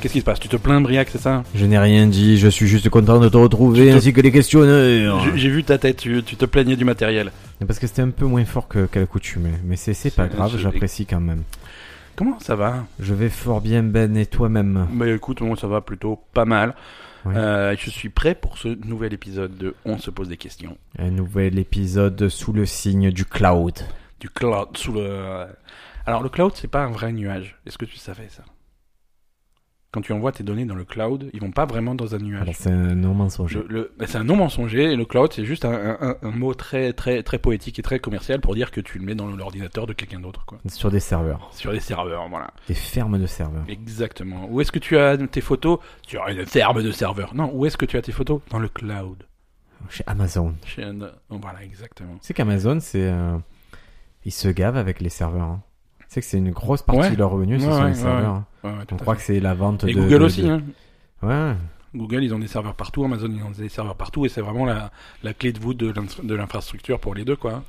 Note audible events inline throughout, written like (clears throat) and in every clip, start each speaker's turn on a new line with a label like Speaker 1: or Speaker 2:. Speaker 1: Qu'est-ce qui se passe Tu te plains, Briac, c'est ça
Speaker 2: Je n'ai rien dit, je suis juste content de te retrouver
Speaker 1: Tu te-
Speaker 2: ainsi que les questionneurs.
Speaker 1: J'ai- J'ai vu ta tête, tu, tu te plaignais du matériel.
Speaker 2: Parce que c'était un peu moins fort que qu'à l'accoutumée, mais c'est c'est pas
Speaker 1: C'est-
Speaker 2: grave,
Speaker 1: je-
Speaker 2: j'apprécie quand même.
Speaker 1: Comment ça va
Speaker 2: Je vais fort bien Ben et toi-même.
Speaker 1: Bah écoute, moi ça va plutôt pas mal.
Speaker 2: Ouais.
Speaker 1: Euh, je suis prêt pour ce nouvel épisode de On se pose des questions.
Speaker 2: Un nouvel épisode sous le signe du cloud.
Speaker 1: Du cloud sous le. euh, Alors le cloud, c'est pas un vrai nuage. Est-ce que tu savais ça Quand tu envoies tes données dans le cloud, ils vont pas vraiment dans un nuage.
Speaker 2: Alors, Ah, c'est un nom mensonge.
Speaker 1: Le- le- bah, c'est un nom mensonger et le cloud c'est juste un, un- un- un mot très très très poétique et très commercial pour dire que tu le mets dans l'ordinateur de quelqu'un d'autre quoi.
Speaker 2: Sur des serveurs,
Speaker 1: Sur les serveurs, voilà.
Speaker 2: des fermes de serveurs.
Speaker 1: Exactement. Où est-ce que tu as tes photos Sur une ferme de serveurs. Non, où est-ce que tu as tes photos Dans le cloud.
Speaker 2: Chez Amazon.
Speaker 1: Chez un- oh, Voilà, exactement.
Speaker 2: C'est qu'Amazon, c'est. euh, Ils se gavent avec les serveurs. hein. C'est que c'est une grosse partie
Speaker 1: Ouais.
Speaker 2: de leurs revenus, ce
Speaker 1: Ouais,
Speaker 2: sont
Speaker 1: ouais,
Speaker 2: les serveurs. hein.
Speaker 1: Ouais, ouais, tout
Speaker 2: On
Speaker 1: à
Speaker 2: croit
Speaker 1: fait.
Speaker 2: que c'est la vente
Speaker 1: Et
Speaker 2: de.
Speaker 1: Google
Speaker 2: de-
Speaker 1: aussi.
Speaker 2: de-
Speaker 1: Hein.
Speaker 2: Ouais.
Speaker 1: Google, ils ont des serveurs partout. Amazon, ils ont des serveurs partout. Et c'est vraiment la, la clé de voûte de l'inf- de l'infrastructure pour les deux, quoi.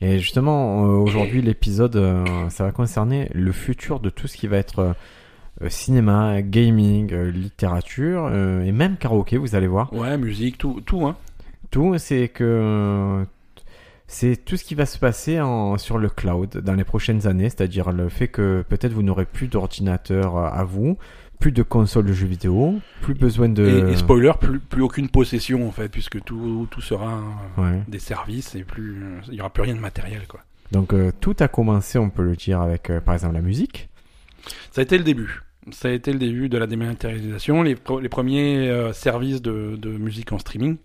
Speaker 2: Et justement, euh, aujourd'hui, l'épisode, euh, ça va concerner le futur de tout ce qui va être euh, euh, cinéma, gaming, euh, littérature, euh, et même karaoké, vous allez voir.
Speaker 1: Ouais, musique, tout, tout, hein.
Speaker 2: Tout, c'est que. euh, C'est tout ce qui va se passer en, sur le cloud dans les prochaines années, c'est-à-dire le fait que peut-être vous n'aurez plus d'ordinateur euh, à vous, plus de console de jeux vidéo, plus besoin de.
Speaker 1: Et, et spoiler, plus, plus aucune possession, en fait, puisque tout, tout sera euh,
Speaker 2: Ouais.
Speaker 1: des services et plus, euh, il y aura plus rien de matériel, quoi.
Speaker 2: Donc euh, tout a commencé, on peut le dire, avec euh, par exemple la musique.
Speaker 1: Ça a été le début. Ça a été le début de la dématérialisation, les, pro- les premiers euh, services de, de musique en streaming.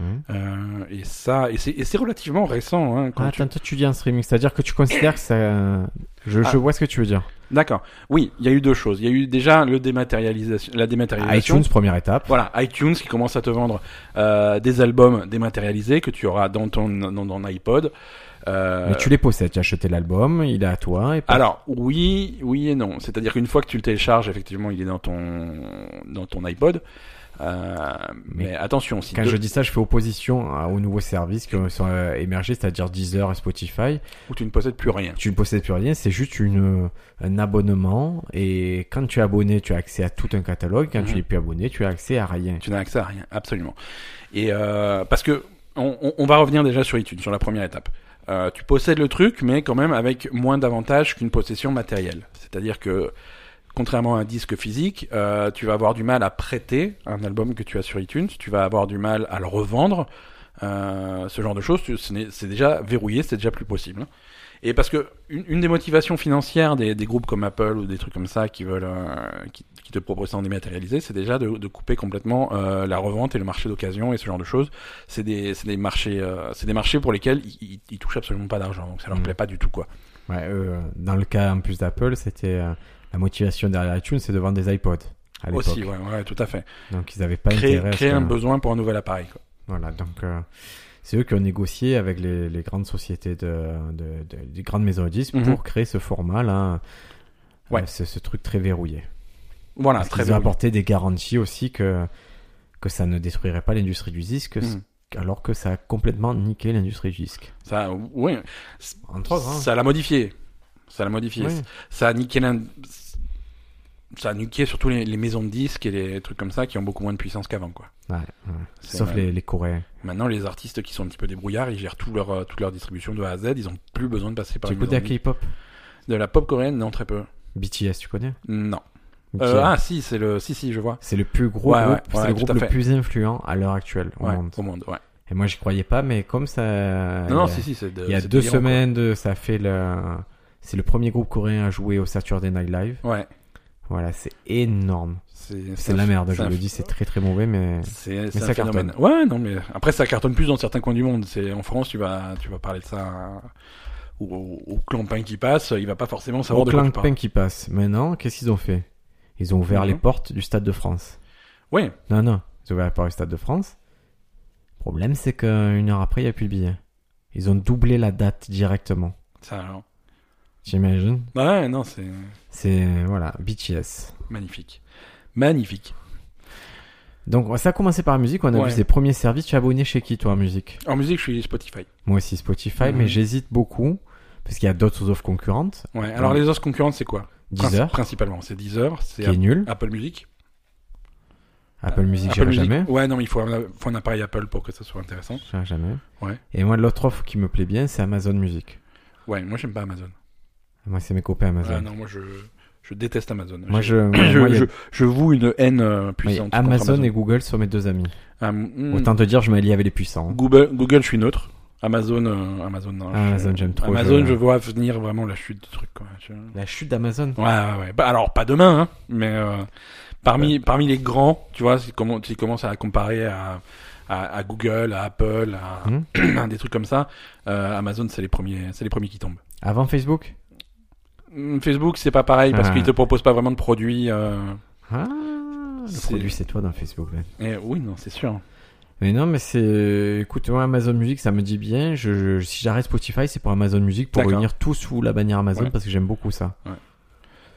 Speaker 2: Hein.
Speaker 1: Euh, et ça, et c'est et c'est relativement récent. Hein, quand
Speaker 2: Ah,
Speaker 1: tu-
Speaker 2: attends, toi, tu dis un streaming, c'est-à-dire que tu considères que ça. euh, Je, je
Speaker 1: Ah.
Speaker 2: vois ce que tu veux dire.
Speaker 1: D'accord. Oui, il y a eu deux choses. Il y a eu déjà le dématérialisation, la dématérialisation.
Speaker 2: Ah, iTunes, première étape.
Speaker 1: Voilà, iTunes qui commence à te vendre euh, des albums dématérialisés que tu auras dans ton dans ton iPod. Euh, Ah,
Speaker 2: Mais tu les possèdes, tu as acheté l'album, il est à toi. Et
Speaker 1: Alors oui, oui et non. C'est-à-dire qu'une fois que tu le télécharges, effectivement, il est dans ton dans ton iPod. Euh, mais,
Speaker 2: Mais
Speaker 1: attention, si
Speaker 2: Quand
Speaker 1: deux-
Speaker 2: je dis ça, je fais opposition hein, à- aux nouveaux services qui sont euh, émergés, c'est-à-dire Deezer et Spotify.
Speaker 1: où tu ne possèdes plus rien.
Speaker 2: Tu ne possèdes plus rien, c'est juste une, un abonnement. Et quand tu es abonné, tu as accès à tout un catalogue. Quand tu
Speaker 1: Mhm.
Speaker 2: n'es plus abonné, tu as accès à rien.
Speaker 1: Tu n'as accès à rien, absolument. Et euh, parce que on, on- on va revenir déjà sur iTunes, sur la première étape. Euh, tu possèdes le truc, mais quand même avec moins d'avantages qu'une possession matérielle. C'est-à-dire que contrairement à un disque physique, euh, tu vas avoir du mal à prêter un album que tu as sur iTunes, tu vas avoir du mal à le revendre. Euh, ce genre de choses, tu- ce n'est- c'est déjà verrouillé, c'est déjà plus possible. Et parce que une, une des motivations financières des, des groupes comme Apple ou des trucs comme ça qui veulent, euh, qui, qui te proposent ça en dématérialisé, c'est déjà de, de couper complètement euh, la revente et le marché d'occasion et ce genre de choses. C'est des, c'est des marchés, euh, c'est des marchés pour lesquels ils, ils, ils touchent absolument pas d'argent, donc ça leur
Speaker 2: Mm.
Speaker 1: plaît pas du tout quoi.
Speaker 2: Ouais, euh, dans le cas en plus d'Apple, c'était euh, la motivation derrière iTunes, c'est de vendre des iPods. À l'époque.
Speaker 1: Aussi, ouais, ouais, tout à fait.
Speaker 2: Donc ils n'avaient pas
Speaker 1: Créer,
Speaker 2: intérêt à ce
Speaker 1: créer
Speaker 2: que-
Speaker 1: un besoin pour un nouvel appareil. Quoi.
Speaker 2: Voilà, donc euh, c'est eux qui ont négocié avec les, les grandes sociétés de, de- de- des grandes maisons de disques
Speaker 1: Mhm.
Speaker 2: pour créer ce format là.
Speaker 1: Ouais.
Speaker 2: Euh, ce, ce truc très verrouillé.
Speaker 1: Voilà,
Speaker 2: Parce
Speaker 1: très
Speaker 2: qu'ils ont
Speaker 1: bien.
Speaker 2: apporté des garanties aussi que, que ça ne détruirait pas l'industrie du disque,
Speaker 1: Mm.
Speaker 2: alors que ça a complètement niqué l'industrie du disque.
Speaker 1: Ça, oui,
Speaker 2: Entre autres, hein.
Speaker 1: ça l'a modifié. Ça l'a modifié.
Speaker 2: Oui.
Speaker 1: ça a niqué l'in- ça a niqué surtout les, les maisons de disques et les trucs comme ça qui ont beaucoup moins de puissance qu'avant quoi.
Speaker 2: Ouais, ouais.
Speaker 1: C'est
Speaker 2: Sauf
Speaker 1: mal.
Speaker 2: les, les Coréens.
Speaker 1: Maintenant les artistes qui sont un petit peu débrouillards, ils gèrent tout leur euh, toute leur distribution de A à Z, ils ont plus besoin de passer par
Speaker 2: Tu
Speaker 1: une
Speaker 2: écoutes
Speaker 1: maison
Speaker 2: de
Speaker 1: de
Speaker 2: la
Speaker 1: disques.
Speaker 2: K-pop
Speaker 1: De la pop coréenne, non très peu.
Speaker 2: BTS, tu connais
Speaker 1: Non.
Speaker 2: BTS.
Speaker 1: Euh, ah si, c'est le si si, je vois.
Speaker 2: C'est le plus gros
Speaker 1: Ouais,
Speaker 2: groupe,
Speaker 1: ouais,
Speaker 2: c'est
Speaker 1: ouais,
Speaker 2: le
Speaker 1: tout
Speaker 2: groupe
Speaker 1: à
Speaker 2: le
Speaker 1: fait.
Speaker 2: plus influent à l'heure actuelle au
Speaker 1: Ouais,
Speaker 2: monde.
Speaker 1: au monde, ouais.
Speaker 2: Et moi, j'y croyais pas, mais comme ça.
Speaker 1: non non,
Speaker 2: il y a-
Speaker 1: si si, c'est de-
Speaker 2: Il y a
Speaker 1: Euh, c'est
Speaker 2: deux
Speaker 1: payant,
Speaker 2: semaines, de- ça fait le. C'est le premier groupe coréen à jouer au Saturday Night Live.
Speaker 1: quoi. Ouais.
Speaker 2: Voilà, c'est énorme.
Speaker 1: C'est
Speaker 2: C'est de la merde, je
Speaker 1: c'est un-
Speaker 2: le dis, c'est très très mauvais, mais.
Speaker 1: C'est c'est
Speaker 2: ça
Speaker 1: un phénomène. Ouais, non, mais après ça cartonne plus dans certains coins du monde. C'est en France, tu vas, tu vas parler de ça hein, au, au clampin qui passe, il va pas forcément savoir
Speaker 2: Au
Speaker 1: de quoi
Speaker 2: clan
Speaker 1: tu parles.
Speaker 2: Pen qui passe. Maintenant, qu'est-ce qu'ils ont fait Ils ont ouvert
Speaker 1: Mhm.
Speaker 2: les portes du Stade de France.
Speaker 1: Ouais,
Speaker 2: Non, non, ils ont ouvert les portes du Stade de France. Le problème, c'est qu'une heure après, il n'y a plus de billets. Ils ont doublé la date directement.
Speaker 1: ça. alors.
Speaker 2: J'imagine.
Speaker 1: Ouais, non, c'est
Speaker 2: C'est. Voilà, BTS.
Speaker 1: magnifique. Magnifique.
Speaker 2: Donc, ça a commencé par la musique, on a
Speaker 1: Ouais.
Speaker 2: vu ses premiers services. Tu es abonné chez qui, toi, en musique
Speaker 1: En musique, je suis Spotify.
Speaker 2: Moi aussi Spotify,
Speaker 1: Mhm.
Speaker 2: mais j'hésite beaucoup parce qu'il y a d'autres offres concurrentes.
Speaker 1: Ouais. Alors
Speaker 2: Ouais.
Speaker 1: les offres concurrentes, c'est quoi Princi-
Speaker 2: Deezer,
Speaker 1: Principalement, c'est Deezer, c'est
Speaker 2: qui est nul.
Speaker 1: Apple Music.
Speaker 2: Apple Music,
Speaker 1: Apple
Speaker 2: j'irai
Speaker 1: Music.
Speaker 2: jamais.
Speaker 1: Ouais, non, mais il faut un, faut un appareil Apple pour que ça soit intéressant.
Speaker 2: J'irai jamais.
Speaker 1: Ouais.
Speaker 2: Et moi, l'autre offre qui me plaît bien, c'est Amazon Music.
Speaker 1: Ouais, moi j'aime pas Amazon.
Speaker 2: Moi, c'est mes copains Amazon.
Speaker 1: Ah non, moi je, je déteste Amazon.
Speaker 2: Moi,
Speaker 1: J'ai-
Speaker 2: je, moi,
Speaker 1: (coughs) je,
Speaker 2: moi, il y a-
Speaker 1: je, je voue une haine euh,
Speaker 2: oui,
Speaker 1: puissante. contre
Speaker 2: Amazon, et Google sont mes deux amis.
Speaker 1: Ah, mm,
Speaker 2: Autant te dire, je m'allie avec les puissants.
Speaker 1: Google, Google, je suis neutre. Amazon, euh, Amazon, non.
Speaker 2: Amazon,
Speaker 1: je,
Speaker 2: j'aime trop.
Speaker 1: Amazon, je...
Speaker 2: je-
Speaker 1: vois venir vraiment la chute du truc. Quoi. Je-
Speaker 2: La chute d'Amazon.
Speaker 1: Ouais, ouais, ouais. Bah, alors, pas demain, hein, mais euh, parmi, parmi les grands, tu vois, si comment- tu commences à comparer à, à, à Google, à Apple, à, (clears throat)
Speaker 2: Hmm.
Speaker 1: à des trucs comme ça, euh, Amazon, c'est les, premiers, c'est les premiers qui tombent.
Speaker 2: Avant Facebook
Speaker 1: Hmm, Facebook, c'est pas pareil parce
Speaker 2: Ah.
Speaker 1: qu'ils te proposent pas vraiment de produits. euh,
Speaker 2: Ah, le
Speaker 1: C'est-
Speaker 2: produit, c'est toi dans Facebook. là.
Speaker 1: et oui, non, c'est sûr.
Speaker 2: Mais non, mais c'est. Écoute, moi, Amazon Music, ça me dit bien. Je, je- si j'arrête Spotify, c'est pour Amazon Music, pour
Speaker 1: D'accord.
Speaker 2: réunir tout sous la bannière Amazon,
Speaker 1: Ouais.
Speaker 2: parce que j'aime beaucoup ça.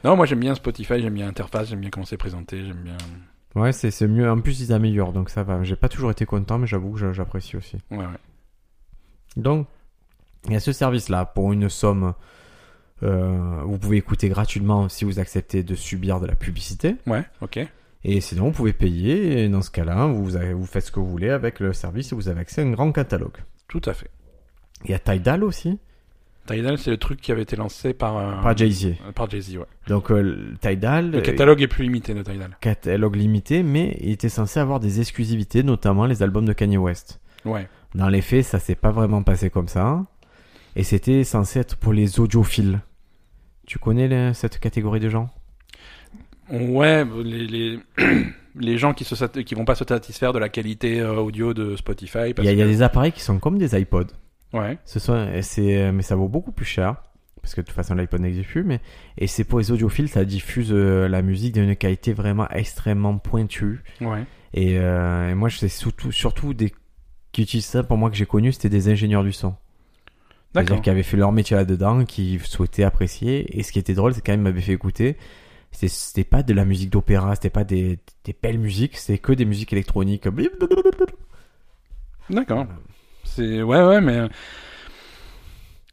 Speaker 1: Non, moi j'aime bien Spotify, j'aime bien l'interface, j'aime bien comment c'est présenté, j'aime bien.
Speaker 2: Ouais, c'est c'est mieux. En plus, ils améliorent, donc ça va. J'ai pas toujours été content, mais j'avoue que je- j'apprécie aussi.
Speaker 1: Ouais, ouais.
Speaker 2: Donc, il y a ce service-là pour une somme. euh, vous pouvez écouter gratuitement si vous acceptez de subir de la publicité.
Speaker 1: Ouais, ok.
Speaker 2: Et sinon, vous pouvez payer. Et dans ce cas-là, vous, avez- vous faites ce que vous voulez avec le service et vous avez accès à un grand catalogue.
Speaker 1: Tout à fait.
Speaker 2: Il y a Tidal aussi,
Speaker 1: Tidal, c'est le truc qui avait été lancé par, euh,
Speaker 2: pas Jay-Z.
Speaker 1: euh, par Jay-Z, ouais.
Speaker 2: Donc, euh, le Tidal.
Speaker 1: Le
Speaker 2: euh,
Speaker 1: catalogue est plus limité de Tidal.
Speaker 2: catalogue limité, mais il était censé avoir des exclusivités, notamment les albums de Kanye West.
Speaker 1: Ouais.
Speaker 2: Dans les faits, ça s'est pas vraiment passé comme ça. Et c'était censé être pour les audiophiles. Tu connais les- cette catégorie de gens
Speaker 1: Ouais, les, les, (clears throat) les gens qui se sat- qui vont pas se satisfaire de la qualité euh, audio de Spotify.
Speaker 2: Il
Speaker 1: Parce
Speaker 2: y, a- il y a
Speaker 1: que-
Speaker 2: des appareils qui sont comme des iPods.
Speaker 1: Ouais,
Speaker 2: Ce sont, et c'est, mais ça vaut beaucoup plus cher. Parce que de toute façon, l'iPod n'existe plus. Mais, et c'est pour les audiophiles, ça diffuse euh, la musique d'une qualité vraiment extrêmement pointue.
Speaker 1: ouais.
Speaker 2: Et, euh, et moi, c'est surtout, surtout des qui utilisent ça pour moi que j'ai connu, c'était des ingénieurs du son.
Speaker 1: D'accord.
Speaker 2: C'est-à-dire qu'ils avaient fait leur métier là-dedans, qui souhaitaient apprécier. Et ce qui était drôle, c'est quand même m'avait fait écouter. C'était- C'était pas de la musique d'opéra, c'était pas des, des belles musiques, c'était que des musiques électroniques.
Speaker 1: D'accord. C'est ouais, ouais, mais euh,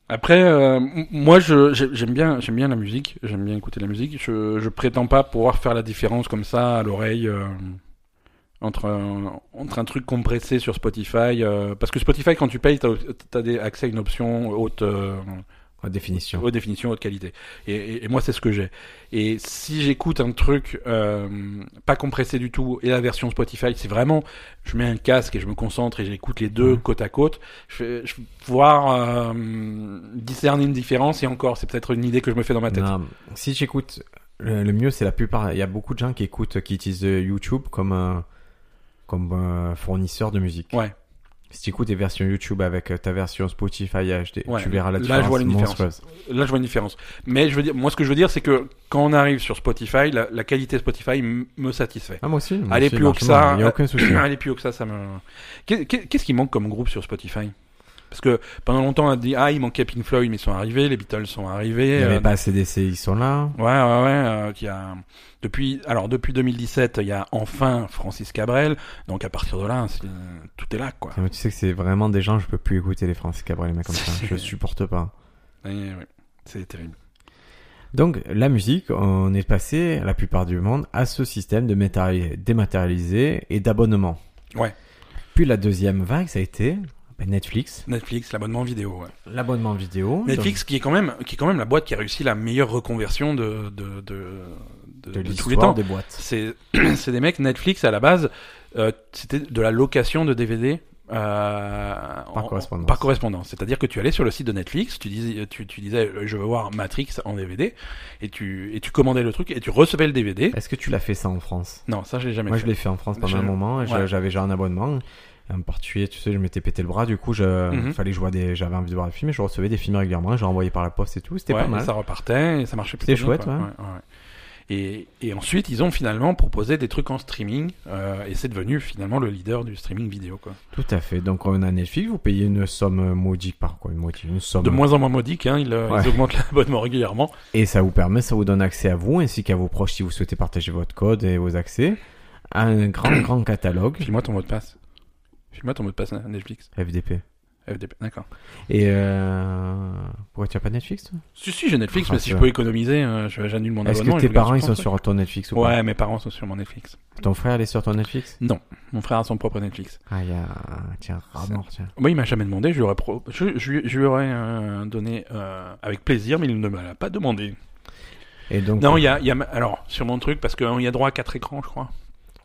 Speaker 1: après, euh, m- moi, je j'ai- j'aime bien, j'aime bien la musique, j'aime bien écouter la musique. Je, je prétends pas pouvoir faire la différence comme ça à l'oreille euh, entre un, entre un truc compressé sur Spotify, euh, parce que Spotify, quand tu payes, t'as as des accès à une option haute. euh,
Speaker 2: En définition.
Speaker 1: Haute définition, haute qualité. Et, et- et moi, c'est ce que j'ai. Et si j'écoute un truc euh, pas compressé du tout et la version Spotify, c'est vraiment, je mets un casque et je me concentre et j'écoute les deux
Speaker 2: Ouais.
Speaker 1: côte à côte, je, vais- je vais pouvoir euh, discerner une différence. Et encore, c'est peut-être une idée que je me fais dans ma tête.
Speaker 2: Non, si j'écoute, le, le mieux c'est la plupart. Il y a beaucoup de gens qui écoutent, qui utilisent euh, YouTube comme un, comme un fournisseur de musique.
Speaker 1: Ouais.
Speaker 2: Si tu écoutes tes versions YouTube avec euh, ta version Spotify HD,
Speaker 1: Ouais,
Speaker 2: tu verras la
Speaker 1: là, je
Speaker 2: différence.
Speaker 1: vois une différence.
Speaker 2: monstrueuse.
Speaker 1: Là, je vois une différence. Mais je veux dire, moi, ce que je veux dire, c'est que quand on arrive sur Spotify, la, la qualité Spotify m- me satisfait.
Speaker 2: Ah, moi aussi. moi
Speaker 1: Allez,
Speaker 2: aussi,
Speaker 1: plus haut que
Speaker 2: largement,
Speaker 1: ça,
Speaker 2: Il n'y a
Speaker 1: euh, (coughs)
Speaker 2: aucun souci.
Speaker 1: Aller plus haut que ça, ça me. Qu'est- qu'est- Qu'est-ce qui manque comme groupe sur Spotify Parce que pendant longtemps, on a dit Ah, il manquait Pink Floyd, mais ils sont arrivés, les Beatles sont
Speaker 2: Il
Speaker 1: arrivés.
Speaker 2: n'y
Speaker 1: euh,
Speaker 2: avait pas CDC, ils sont là.
Speaker 1: Ouais, ouais, ouais. euh, qu'il y a... depuis, alors, depuis 2017, il y a enfin Francis Cabrel. Donc, à partir de là, c'est- tout est là, quoi.
Speaker 2: Ah, mais Tu sais que c'est vraiment des gens, je peux plus écouter les Francis Cabrel, les mecs comme ça. Je supporte pas.
Speaker 1: Et ouais, c'est terrible.
Speaker 2: Donc, la musique, on est passé, la plupart du monde, à ce système de métari- dématérialisé et d'abonnement.
Speaker 1: Ouais.
Speaker 2: Puis la deuxième vague, ça a été ben, Netflix,
Speaker 1: Netflix, l'abonnement vidéo, ouais.
Speaker 2: l'abonnement vidéo.
Speaker 1: Netflix, qui est, quand même, qui est quand même la boîte qui a réussi la meilleure reconversion de, de, de, de-
Speaker 2: donc, de
Speaker 1: de tous
Speaker 2: l'histoire
Speaker 1: les temps.
Speaker 2: des boîtes.
Speaker 1: C'est (clears throat) c'est des mecs, Netflix à la base, euh, c'était de la location de DVD. euh, en-
Speaker 2: correspondance.
Speaker 1: par correspondance. C'est-à-dire que tu allais sur le site de Netflix, tu disais, tu, tu disais euh, je veux voir Matrix en DVD, et tu, et tu commandais le truc, et tu recevais le DVD.
Speaker 2: Est-ce que tu l'as fait ça en France
Speaker 1: Non, ça je l'ai jamais
Speaker 2: Moi,
Speaker 1: fait.
Speaker 2: je l'ai fait en France pendant
Speaker 1: Je-
Speaker 2: un moment. et je-
Speaker 1: ouais.
Speaker 2: J'avais déjà un abonnement. En particulier, tu sais, je m'étais pété le bras. Du coup, je
Speaker 1: Mhm.
Speaker 2: fallait que je voie des, j'avais envie de voir des films et je recevais des films régulièrement. Je renvoyais par la poste et tout. C'était
Speaker 1: Ouais,
Speaker 2: pas
Speaker 1: et
Speaker 2: mal.
Speaker 1: Ça repartait, et ça marchait
Speaker 2: C'était
Speaker 1: plutôt bien,
Speaker 2: chouette,
Speaker 1: quoi.
Speaker 2: ouais.
Speaker 1: Et, et ensuite, ils ont finalement proposé des trucs en streaming, euh, et c'est devenu finalement le leader du streaming vidéo. Quoi.
Speaker 2: Tout à fait. Donc, on a Netflix. Vous payez une somme maudite par quoi Une maudite, une somme.
Speaker 1: De moins en moins modique, hein, ils, euh,
Speaker 2: Ouais.
Speaker 1: ils augmentent (laughs) l'abonnement régulièrement.
Speaker 2: Et ça vous permet, ça vous donne accès à vous ainsi qu'à vos proches si vous souhaitez partager votre code et vos accès à un grand, (coughs) grand
Speaker 1: (laughs)
Speaker 2: catalogue
Speaker 1: File-moi ton mot de passe. File-moi ton mot de passe Netflix.
Speaker 2: FDP.
Speaker 1: FDP, d'accord.
Speaker 2: Et euh... pourquoi tu as pas Netflix toi
Speaker 1: Si, si, j'ai Netflix,
Speaker 2: Ah,
Speaker 1: mais si
Speaker 2: tu
Speaker 1: je
Speaker 2: vois.
Speaker 1: peux économiser, euh, je- j'annule mon
Speaker 2: Est-ce
Speaker 1: abonnement. et
Speaker 2: que
Speaker 1: je
Speaker 2: tes
Speaker 1: garde
Speaker 2: parents ils
Speaker 1: ce
Speaker 2: sont
Speaker 1: compte.
Speaker 2: sur ton Netflix ou pas
Speaker 1: Ouais, mes parents sont sur mon Netflix.
Speaker 2: Ton frère il est sur ton Netflix
Speaker 1: Mon frère a son propre Netflix.
Speaker 2: Ah il y a tiens rat
Speaker 1: C'est-
Speaker 2: mort tiens.
Speaker 1: Moi, il m'a jamais demandé, je lui aurais, pro- je, je- je lui aurais euh, donné euh, avec plaisir, mais il ne me l'a pas demandé.
Speaker 2: Et donc
Speaker 1: Non, il y a, il y a ma- alors sur mon truc parce qu'il y a droit à quatre écrans, je crois.
Speaker 2: euh,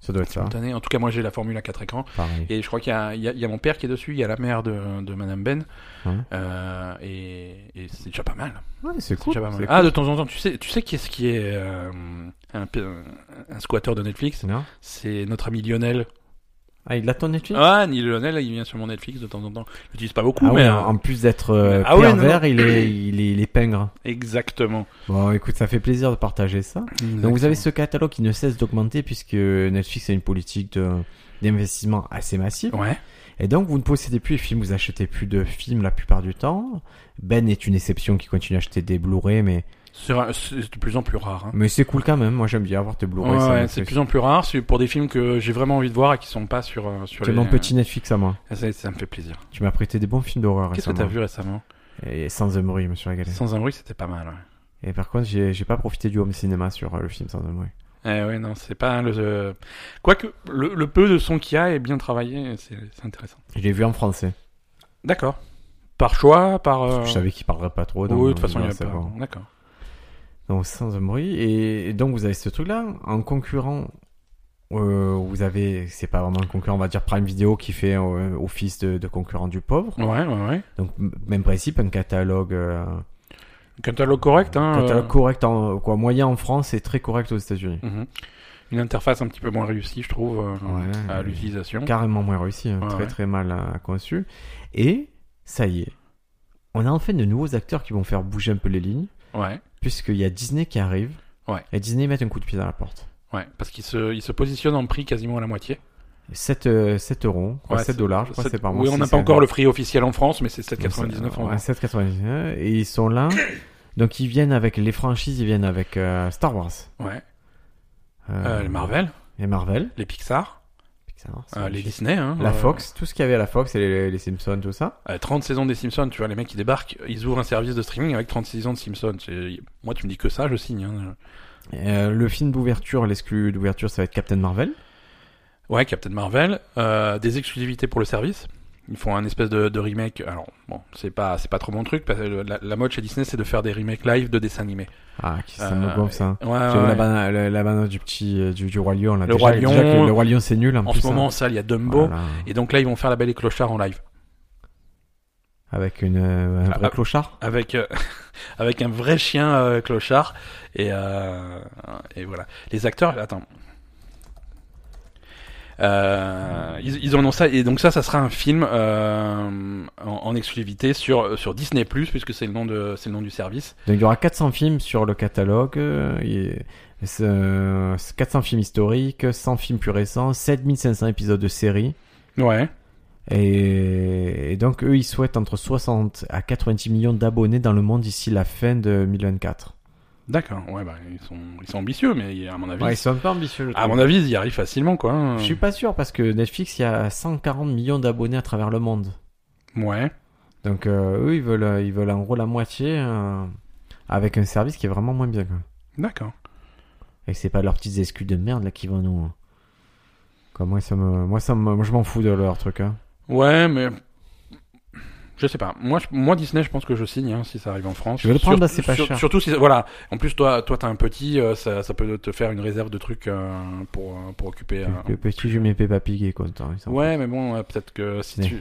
Speaker 2: ça doit être ça.
Speaker 1: Cette année. En tout cas, moi j'ai la formule à quatre écrans
Speaker 2: Pareil.
Speaker 1: et je crois qu'il y a, il y a- il y a mon père qui est dessus, il y a la mère de, de Madame Ben
Speaker 2: Ouais.
Speaker 1: Euh, et, et c'est déjà pas mal.
Speaker 2: Ouais, c'est
Speaker 1: C'est
Speaker 2: cool.
Speaker 1: déjà pas mal.
Speaker 2: c'est
Speaker 1: Ah, de temps en temps, tu sais, tu sais qui est-ce qui est euh, un, p- un squatteur de Netflix
Speaker 2: cool. Non
Speaker 1: C'est notre ami Lionel.
Speaker 2: Ah il a ton Netflix
Speaker 1: Ah, ni Lionel, il vient sur mon Netflix de temps en temps. Je l'utilise pas beaucoup,
Speaker 2: Ah
Speaker 1: mais
Speaker 2: ouais,
Speaker 1: euh,
Speaker 2: en plus d'être euh,
Speaker 1: Ah ouais, non,
Speaker 2: pervers, il est il est il est pingre.
Speaker 1: exactement.
Speaker 2: Bon écoute, ça fait plaisir de partager ça. Donc vous avez ce catalogue qui ne cesse d'augmenter puisque Netflix a une politique de- d'investissement assez massive.
Speaker 1: Ouais.
Speaker 2: Et donc vous ne possédez plus les films, vous achetez plus de films la plupart du temps. Ben est une exception qui continue à acheter des Blu-ray, mais,
Speaker 1: C'est c'est de plus en plus rare. hein.
Speaker 2: mais c'est cool quand même. Moi j'aime bien avoir tes Blu-ray.
Speaker 1: Ouais,
Speaker 2: ça
Speaker 1: ouais,
Speaker 2: me
Speaker 1: c'est de
Speaker 2: fait-
Speaker 1: plus en plus rare c'est pour des films que j'ai vraiment envie de voir et qui sont pas sur euh, sur
Speaker 2: C'est
Speaker 1: les-
Speaker 2: mon petit Netflix à moi.
Speaker 1: Ça, ça me fait plaisir.
Speaker 2: Tu m'as prêté des bons films d'horreur
Speaker 1: Qu'est-ce que
Speaker 2: récemment.
Speaker 1: t'as vu récemment
Speaker 2: Et Sans un bruit, je me suis régalé.
Speaker 1: Sans un bruit, c'était pas mal. Ouais.
Speaker 2: Et par contre, j'ai j'ai pas profité du home cinéma sur euh, le film Sans un bruit.
Speaker 1: Eh ouais, non, c'est pas le. euh, Quoique, le, le peu de son qu'il y a est bien travaillé, et c'est c'est intéressant.
Speaker 2: Je l'ai vu en français.
Speaker 1: D'accord. Par choix, par. euh,
Speaker 2: Je savais qu'il parlerait pas trop. donc,
Speaker 1: Oui, de toute
Speaker 2: euh,
Speaker 1: façon, il y a
Speaker 2: c'est
Speaker 1: pas.
Speaker 2: bon.
Speaker 1: D'accord.
Speaker 2: Donc sans un bruit. Et, et donc vous avez ce truc-là. En concurrent, euh, vous avez, c'est pas vraiment un concurrent, on va dire Prime Video qui fait euh, office de, de concurrent du pauvre.
Speaker 1: Ouais, ouais, ouais.
Speaker 2: Donc m- même principe, un catalogue, euh,
Speaker 1: Catalogue correct, hein.
Speaker 2: catalogue
Speaker 1: euh,
Speaker 2: correct, en, quoi, moyen en France et très correct aux États-Unis.
Speaker 1: mhm. Une interface un petit peu moins réussie, je trouve, euh,
Speaker 2: Ouais.
Speaker 1: à l'utilisation.
Speaker 2: Carrément moins réussi, hein,
Speaker 1: Mm-hmm. Ouais,
Speaker 2: très
Speaker 1: ouais.
Speaker 2: très mal euh, conçu. Et ça y est, on a enfin de nouveaux acteurs qui vont faire bouger un peu les lignes,
Speaker 1: Ouais.
Speaker 2: puisqu'il y a Disney qui arrive.
Speaker 1: Ouais.
Speaker 2: Et Disney met un coup de pied dans la porte.
Speaker 1: Ouais, parce qu'il se, il se positionne en prix quasiment à la moitié.
Speaker 2: 7, euh, 7 euros, quoi,
Speaker 1: Ouais,
Speaker 2: 7 dollars, je crois,
Speaker 1: Sept-
Speaker 2: c'est par mois.
Speaker 1: Oui, on n'a pas encore le prix officiel en France, mais c'est 7,99 en
Speaker 2: en 7,99. Et ils sont là. Donc ils viennent avec les franchises, ils viennent avec euh, Star Wars.
Speaker 1: Ouais.
Speaker 2: Euh,
Speaker 1: Euh, les Marvel,
Speaker 2: Les Marvel.
Speaker 1: les Pixar,
Speaker 2: Pixar, c'est
Speaker 1: euh, les
Speaker 2: magnifique.
Speaker 1: Disney. hein,
Speaker 2: La
Speaker 1: euh,
Speaker 2: Fox, tout ce qu'il y avait à la Fox et les, les Simpsons, tout ça.
Speaker 1: euh, 30 saisons des Simpsons, tu vois, les mecs ils débarquent, ils ouvrent un service de streaming avec 30 saisons de Simpsons. C'est- Moi, tu me dis que ça, je signe. hein.
Speaker 2: Euh, le film d'ouverture, l'exclu d'ouverture, ça va être Captain Marvel.
Speaker 1: Ouais, Captain Marvel, euh, des exclusivités pour le service. Ils font un espèce de, de remake. Alors, bon, c'est pas, c'est pas trop mon truc, parce que le- la, la mode chez Disney, c'est de faire des remakes live de dessins animés.
Speaker 2: Ah, qui ça
Speaker 1: Euh,
Speaker 2: me gonfle ça.
Speaker 1: Ouais,
Speaker 2: J'ai
Speaker 1: ouais,
Speaker 2: vu La,
Speaker 1: ouais.
Speaker 2: bana- la- la banane du petit euh, du, du roi lion là.
Speaker 1: Le
Speaker 2: déjà,
Speaker 1: Roi
Speaker 2: déjà
Speaker 1: Lion.
Speaker 2: que le roi lion c'est nul en,
Speaker 1: En
Speaker 2: plus,
Speaker 1: ce
Speaker 2: hein.
Speaker 1: moment, ça, il y a Dumbo.
Speaker 2: Voilà.
Speaker 1: Et donc là, ils vont faire la belle et clochard en live.
Speaker 2: avec une euh, un vrai
Speaker 1: Ah,
Speaker 2: clochard.
Speaker 1: avec euh, (laughs) avec un vrai chien euh, clochard et euh, et voilà les acteurs attends euh, ils, ils ont annoncé ça et donc ça ça sera un film euh, en, en exclusivité sur sur Disney Plus puisque c'est le nom de c'est le nom du service
Speaker 2: Donc il y aura 400 films sur le catalogue, euh, et, euh, 400 films historiques, 100 films plus récents, 7500 épisodes de séries.
Speaker 1: ouais
Speaker 2: Et, et donc eux, ils souhaitent entre 60 à 90 millions d'abonnés dans le monde d'ici la fin de 2024.
Speaker 1: d'accord ouais bah ils sont ils sont ambitieux mais à mon avis
Speaker 2: sont un peu ambitieux.
Speaker 1: à mon avis ils y arrivent facilement quoi hein.
Speaker 2: Je suis pas sûr parce que Netflix, il y a 140 millions d'abonnés à travers le monde.
Speaker 1: ouais
Speaker 2: Donc euh, eux, ils veulent, euh, ils veulent en gros la moitié euh, avec un service qui est vraiment moins bien. Quoi.
Speaker 1: d'accord
Speaker 2: Et que c'est pas leurs petites excuses de merde là qui vont nous. Quoi, moi, ça me... moi, ça me... moi, je m'en fous de leur truc. Hein.
Speaker 1: Ouais, mais. Je sais pas. Moi, je- moi Disney, je pense que je signe hein, si ça arrive en France.
Speaker 2: Je vais le prendre,
Speaker 1: Surtout-
Speaker 2: là, c'est pas
Speaker 1: sur-
Speaker 2: cher.
Speaker 1: Surtout si. Voilà. En plus, toi, toi, t'as un petit, euh, ça, ça peut te faire une réserve de trucs euh, pour, euh, pour occuper. euh,
Speaker 2: Le petit, je mets Peppa Pig et content. il s'en fout.
Speaker 1: Ouais, mais bon, euh, peut-être que si
Speaker 2: Mais
Speaker 1: tu,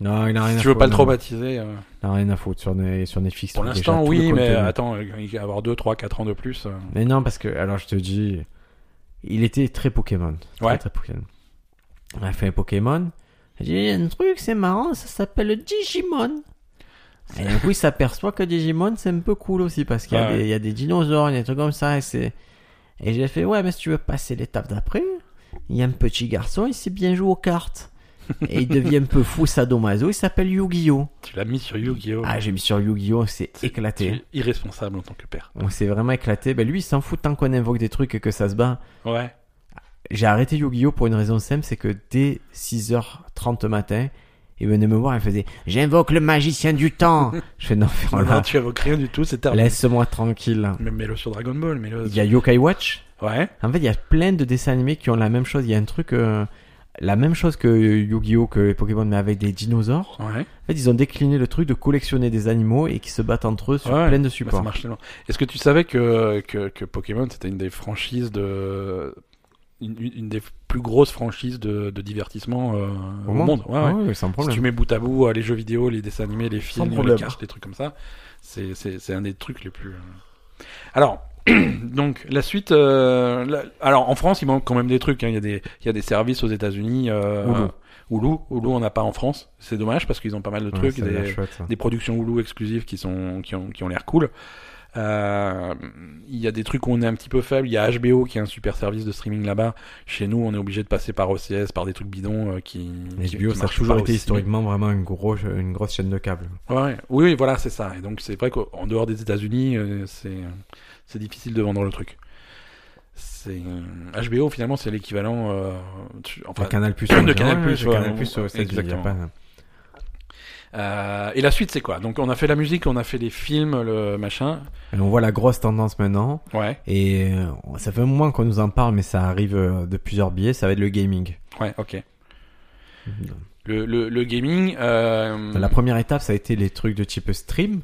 Speaker 2: Non, il a
Speaker 1: si
Speaker 2: rien à
Speaker 1: tu veux pas le
Speaker 2: foutre,
Speaker 1: trop
Speaker 2: non.
Speaker 1: baptiser. euh,
Speaker 2: Il a rien à foutre sur, ne- sur Netflix.
Speaker 1: pour
Speaker 2: tout,
Speaker 1: l'instant,
Speaker 2: déjà, tout le
Speaker 1: oui, mais
Speaker 2: contenu.
Speaker 1: attends, euh, il va avoir 2, 3, 4 ans de plus. euh.
Speaker 2: Mais non, parce que, alors je te dis, il était très Pokémon. Très,
Speaker 1: Ouais.
Speaker 2: Très Pokémon. On a fait un Pokémon. Il dit, il y a un truc, c'est marrant, ça s'appelle le Digimon. Et du coup, il s'aperçoit que Digimon, c'est un peu cool aussi, parce qu'il y, a
Speaker 1: Ouais.
Speaker 2: des- il y a des dinosaures, il y a des trucs comme ça, et c'est... Et j'ai fait, ouais, mais si tu veux passer l'étape d'après, il y a un petit garçon, il sait bien jouer
Speaker 1: (laughs)
Speaker 2: aux cartes. Et il devient un peu fou, sadomaso, il s'appelle Yu-Gi-Oh!
Speaker 1: Tu l'as mis sur Yu-Gi-Oh!
Speaker 2: Ah, j'ai mis sur Yu-Gi-Oh! C'est
Speaker 1: C'est- Tu
Speaker 2: éclaté.
Speaker 1: es irresponsable en tant que père.
Speaker 2: On s'est vraiment éclaté. Ben, lui, il s'en fout tant qu'on invoque des trucs et que ça se bat.
Speaker 1: Ouais.
Speaker 2: J'ai arrêté Yu-Gi-Oh! pour une raison simple, c'est que dès 6h30 matin, il venait me voir, il faisait J'invoque le magicien du temps Je fais Non,
Speaker 1: Non,
Speaker 2: voilà,
Speaker 1: non, tu évoques rien du tout, c'est terminé.
Speaker 2: laisse-moi tranquille.
Speaker 1: Mais mets-le sur Dragon Ball, mets-le.
Speaker 2: Il y a Yokai Watch.
Speaker 1: Ouais.
Speaker 2: En fait, il y a plein de dessins animés qui ont la même chose. Il y a un truc, euh, la même chose que Yu-Gi-Oh! que les Pokémon, mais avec des dinosaures.
Speaker 1: Ouais,
Speaker 2: En fait, ils ont décliné le truc de collectionner des animaux et qui se battent entre eux sur
Speaker 1: Ouais,
Speaker 2: plein de
Speaker 1: Bah, ça
Speaker 2: supports.
Speaker 1: marche tellement. Est-ce que tu savais que, que, que Pokémon c'était une des franchises de. Une, une- une des plus grosses franchises de, de divertissement euh, au, monde, Ouais, ouais.
Speaker 2: Ah ouais, sans
Speaker 1: Si tu
Speaker 2: problème.
Speaker 1: mets bout à bout euh, les jeux vidéo, les dessins animés, les films, les
Speaker 2: problème.
Speaker 1: cartes, les trucs comme ça, c'est- c'est c'est un des trucs les plus. euh. Alors, (clears throat) donc la suite. euh, la- Alors en France, il manque quand même des trucs. hein. Il y a des il y a des services aux États-Unis. Euh...
Speaker 2: Hulu.
Speaker 1: Hulu, Hulu, on n'a pas en France. C'est dommage parce qu'ils ont pas mal de
Speaker 2: Ouais,
Speaker 1: trucs.
Speaker 2: ça a
Speaker 1: des-
Speaker 2: l'air chouette, ça.
Speaker 1: des productions Hulu exclusives qui sont qui ont qui ont l'air cool. Euh, Il y a des trucs où on est un petit peu faible. Il y a HBO qui est un super service de streaming là-bas. Chez nous, on est obligé de passer par OCS, par des trucs bidons euh, qui. qui-
Speaker 2: HBO,
Speaker 1: qui
Speaker 2: ça a
Speaker 1: marchent
Speaker 2: toujours
Speaker 1: pas
Speaker 2: été
Speaker 1: aussi.
Speaker 2: historiquement vraiment une, gros, une grosse chaîne de câble.
Speaker 1: Ouais, ouais. Oui, oui, voilà, c'est ça. Et donc c'est vrai qu'en dehors des États-Unis, euh, c'est c'est difficile de vendre le truc. C'est euh, HBO finalement, c'est l'équivalent. euh, tu- enfin,
Speaker 2: Le Canal Plus.
Speaker 1: de Canal+, ouais,
Speaker 2: Canal Plus.
Speaker 1: ouais, exactement.
Speaker 2: hein.
Speaker 1: euh, et la suite, c'est quoi Donc on a fait la musique, on a fait les films, le machin.
Speaker 2: On voit la grosse tendance maintenant.
Speaker 1: Ouais,
Speaker 2: Et euh, ça fait un moment qu'on nous en parle, mais ça arrive euh, de plusieurs biais. Ça va être le gaming.
Speaker 1: ouais, ok. Le, le, le gaming. Euh,
Speaker 2: La première étape, ça a été les trucs de type stream.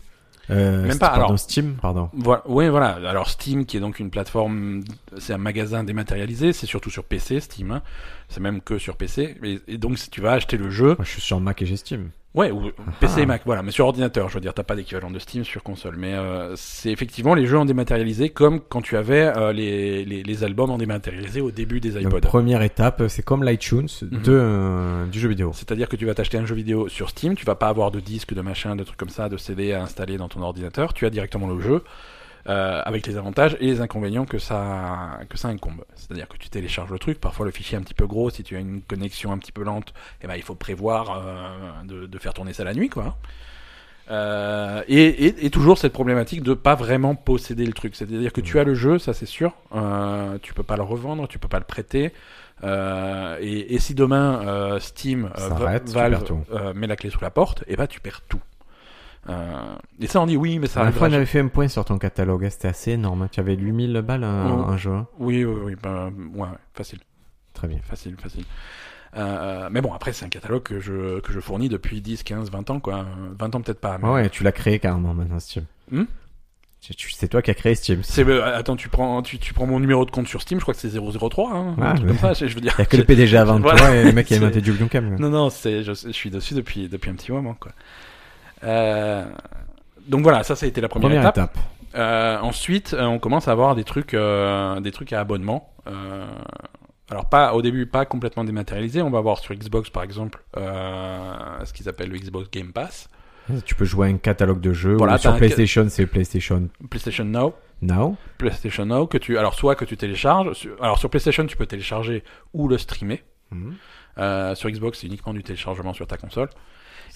Speaker 2: Euh,
Speaker 1: Même
Speaker 2: st-
Speaker 1: pas,
Speaker 2: pardon,
Speaker 1: alors.
Speaker 2: Steam, pardon.
Speaker 1: Voilà, ouais, voilà. Alors Steam, qui est donc une plateforme, c'est un magasin dématérialisé, c'est surtout sur PC, Steam. hein. C'est même que sur PC. Et, et donc, si tu vas acheter le jeu,
Speaker 2: Moi, je suis sur Mac et j'ai Steam.
Speaker 1: ouais, ou PC
Speaker 2: Ah.
Speaker 1: et Mac, voilà, mais sur ordinateur, je veux dire, t'as pas d'équivalent de Steam sur console. Mais euh, c'est effectivement les jeux en dématérialisé, comme quand tu avais euh, les, les, les albums en dématérialisé au début des
Speaker 2: La
Speaker 1: iPods.
Speaker 2: première étape, euh, c'est comme l'iTunes
Speaker 1: Mhm.
Speaker 2: de, euh, du jeu vidéo.
Speaker 1: C'est-à-dire que tu vas t'acheter un jeu vidéo sur Steam, tu vas pas avoir de disque, de machin, de trucs comme ça, de CD à installer dans ton ordinateur, tu as directement le jeu, euh, avec les avantages et les inconvénients que ça, que ça incombe. C'est-à-dire que tu télécharges le truc, parfois le fichier est un petit peu gros, si tu as une connexion un petit peu lente, eh ben, il faut prévoir euh, de, de faire tourner ça la nuit, quoi. Euh, et, et- et toujours cette problématique de pas vraiment posséder le truc, c'est-à-dire que
Speaker 2: Mmh.
Speaker 1: tu as le jeu, ça c'est sûr, euh, tu peux pas le revendre, tu peux pas le prêter, euh, et, et si demain euh, Steam euh, Va-
Speaker 2: S'arrête, tu
Speaker 1: Valve
Speaker 2: perds tout.
Speaker 1: euh, met la clé sous la porte, et ben tu perds tout. Euh, et ça on dit oui, mais ça
Speaker 2: la fois,
Speaker 1: arrivera.
Speaker 2: on avait fait un point sur ton catalogue. hein, C'était assez énorme. Tu avais 8000 balles un,
Speaker 1: Oh.
Speaker 2: un jeu. hein.
Speaker 1: Oui, oui, oui, ben, ouais, ouais, facile.
Speaker 2: Très bien.
Speaker 1: facile, facile. Euh, mais bon, après, c'est un catalogue que je, que je fournis depuis 10, 15, 20 ans, quoi. Euh, 20 ans peut-être pas. mais-
Speaker 2: Ouais, ouais, tu l'as créé carrément maintenant, Steam.
Speaker 1: Hmm
Speaker 2: Tu- tu- c'est toi qui as créé Steam. Il
Speaker 1: C'est, euh, attends, tu prends, tu, tu prends mon numéro de compte sur Steam, je crois que c'est 003, hein,
Speaker 2: Ouais,
Speaker 1: un truc
Speaker 2: mais-
Speaker 1: comme ça, je, je veux dire.
Speaker 2: n'y a que le PDG avant
Speaker 1: (laughs) Voilà.
Speaker 2: toi et le mec qui a
Speaker 1: C'est-
Speaker 2: inventé du Blue Cam.
Speaker 1: Non, non, c'est, je, je suis dessus depuis, depuis un petit moment, quoi. Euh, donc voilà, ça, ça a été la première,
Speaker 2: Première
Speaker 1: étape.
Speaker 2: étape.
Speaker 1: Euh, ensuite, euh, on commence à avoir des trucs, euh, des trucs à abonnement. Euh, alors pas au début, pas complètement dématérialisé. On va voir sur Xbox par exemple euh, ce qu'ils appellent le Xbox Game Pass,
Speaker 2: Tu peux jouer à un catalogue de jeux.
Speaker 1: Voilà,
Speaker 2: ou sur
Speaker 1: t'as un-
Speaker 2: PlayStation, c'est PlayStation
Speaker 1: PlayStation Now,
Speaker 2: Now.
Speaker 1: PlayStation Now que tu, alors soit que tu télécharges. sur- alors sur PlayStation, tu peux télécharger ou le streamer. Euh, sur Xbox, c'est uniquement du téléchargement sur ta console.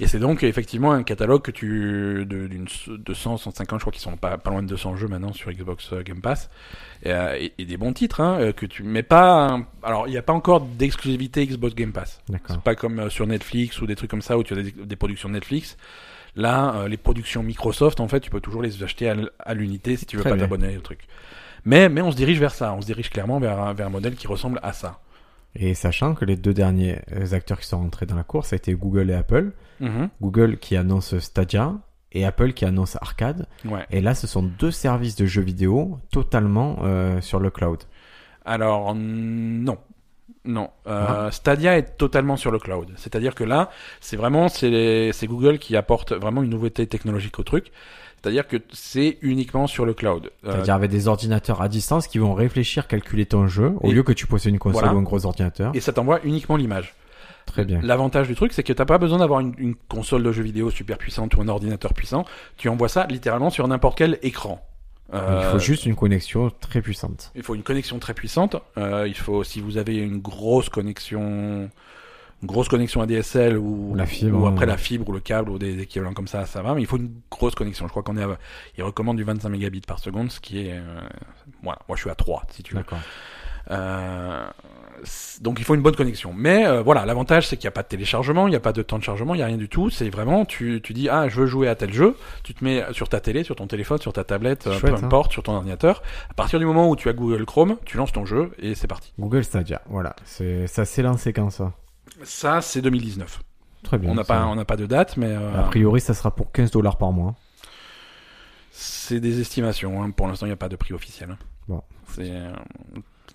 Speaker 1: Et c'est donc effectivement un catalogue que tu de- d'une s- 200, 150, je crois qu'ils sont pas, pas loin de 200 jeux maintenant sur Xbox euh, Game Pass et, euh, et- et des bons titres hein, euh, que tu mets pas. hein. Alors il n'y a pas encore d'exclusivité Xbox Game Pass.
Speaker 2: D'accord.
Speaker 1: C'est pas comme euh, sur Netflix ou des trucs comme ça où tu as des, des productions Netflix. Là, euh, les productions Microsoft, en fait, tu peux toujours les acheter à, l- à l'unité si tu veux
Speaker 2: Très
Speaker 1: pas
Speaker 2: bien.
Speaker 1: t'abonner au truc. Mais mais on se dirige vers ça. On se dirige clairement vers un- vers un modèle qui ressemble à ça.
Speaker 2: Et sachant que les deux derniers euh, acteurs qui sont rentrés dans la course, ça a été Google et Apple. Mm-hmm.
Speaker 1: Mhm.
Speaker 2: Google qui annonce Stadia et Apple qui annonce Arcade.
Speaker 1: Ouais.
Speaker 2: Et là, ce sont deux services de jeux vidéo totalement euh, sur le cloud.
Speaker 1: Alors non. Non, Euh,
Speaker 2: Ah.
Speaker 1: Stadia est totalement sur le cloud. C'est-à-dire que là, c'est vraiment c'est les- c'est Google qui apporte vraiment une nouveauté technologique au truc. C'est-à-dire que c'est uniquement sur le cloud. Euh,
Speaker 2: C'est-à-dire avec des ordinateurs à distance qui vont réfléchir, calculer ton jeu, au
Speaker 1: Et-
Speaker 2: lieu que tu possèdes une console
Speaker 1: Voilà.
Speaker 2: ou un gros ordinateur.
Speaker 1: et ça t'envoie uniquement l'image.
Speaker 2: Très bien.
Speaker 1: L'avantage du truc, c'est que t'as pas besoin d'avoir une, une console de jeux vidéo super puissante ou un ordinateur puissant. Tu envoies ça littéralement sur n'importe quel écran.
Speaker 2: Il faut
Speaker 1: Euh,
Speaker 2: juste une connexion très puissante.
Speaker 1: Il faut une connexion très puissante. Euh, il faut, si vous avez une grosse connexion, une grosse connexion ADSL ou,
Speaker 2: La fibre, hein.
Speaker 1: ou après
Speaker 2: ouais.
Speaker 1: la fibre ou le câble ou des équivalents comme ça, ça va. Mais il faut une grosse connexion. Je crois qu'on est à, il recommande du 25 mégabits par seconde, ce qui est, euh, voilà. Moi, je suis à 3, si tu veux.
Speaker 2: D'accord.
Speaker 1: Euh, c'est- donc il faut une bonne connexion. Mais euh, voilà, l'avantage c'est qu'il n'y a pas de téléchargement, il n'y a pas de temps de chargement, il n'y a rien du tout. C'est vraiment, tu, tu dis, ah, je veux jouer à tel jeu, tu te mets sur ta télé, sur ton téléphone, sur ta tablette, euh,
Speaker 2: Chouette,
Speaker 1: peu
Speaker 2: hein.
Speaker 1: importe, sur ton ordinateur. À partir du moment où tu as Google Chrome, tu lances ton jeu et c'est parti.
Speaker 2: Google Stadia, voilà. C'est- Ça s'est lancé quand ça
Speaker 1: Ça, c'est 2019.
Speaker 2: Très bien.
Speaker 1: on n'a
Speaker 2: ça.
Speaker 1: pas, on n'a pas de date, mais euh,
Speaker 2: A priori, ça sera pour 15 dollars par mois.
Speaker 1: c'est des estimations. hein. Pour l'instant, il n'y a pas de prix officiel. hein.
Speaker 2: Bon.
Speaker 1: C'est, euh,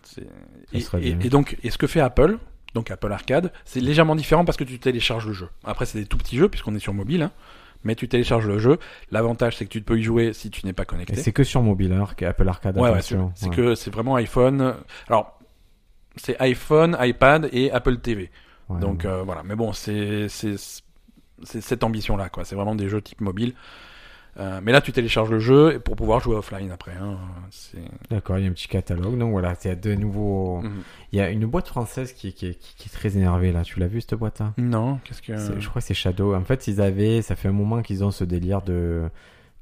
Speaker 1: c'est-
Speaker 2: Ça
Speaker 1: Et,
Speaker 2: serait
Speaker 1: et-
Speaker 2: bien.
Speaker 1: et donc, et ce que fait Apple, donc Apple Arcade, c'est légèrement différent parce que tu télécharges le jeu. Après, c'est des tout petits jeux puisqu'on est sur mobile, hein. mais tu télécharges le jeu. L'avantage, c'est que tu peux y jouer si tu n'es pas
Speaker 2: Et
Speaker 1: connecté.
Speaker 2: c'est que sur mobile, hein, Apple Arcade.
Speaker 1: Ouais, ouais, c'est
Speaker 2: attention.
Speaker 1: c'est
Speaker 2: Ouais.
Speaker 1: que c'est vraiment iPhone. euh, Alors, c'est iPhone, iPad et Apple TV.
Speaker 2: Ouais.
Speaker 1: Donc euh, voilà, mais bon, c'est c'est- c'est cette ambition-là, quoi. C'est vraiment des jeux type mobile. Euh, mais là, tu télécharges le jeu pour pouvoir jouer offline après. hein. C'est-
Speaker 2: D'accord, il y a un petit catalogue. Donc voilà, il y a de nouveaux.
Speaker 1: Mhm.
Speaker 2: Il y a une boîte française qui, qui, qui- qui est très énervée là. Tu l'as vu cette boîte là
Speaker 1: Non, qu'est-ce que.
Speaker 2: C'est- Je crois que c'est Shadow. En fait, ils avaient. Ça fait un moment qu'ils ont ce délire de.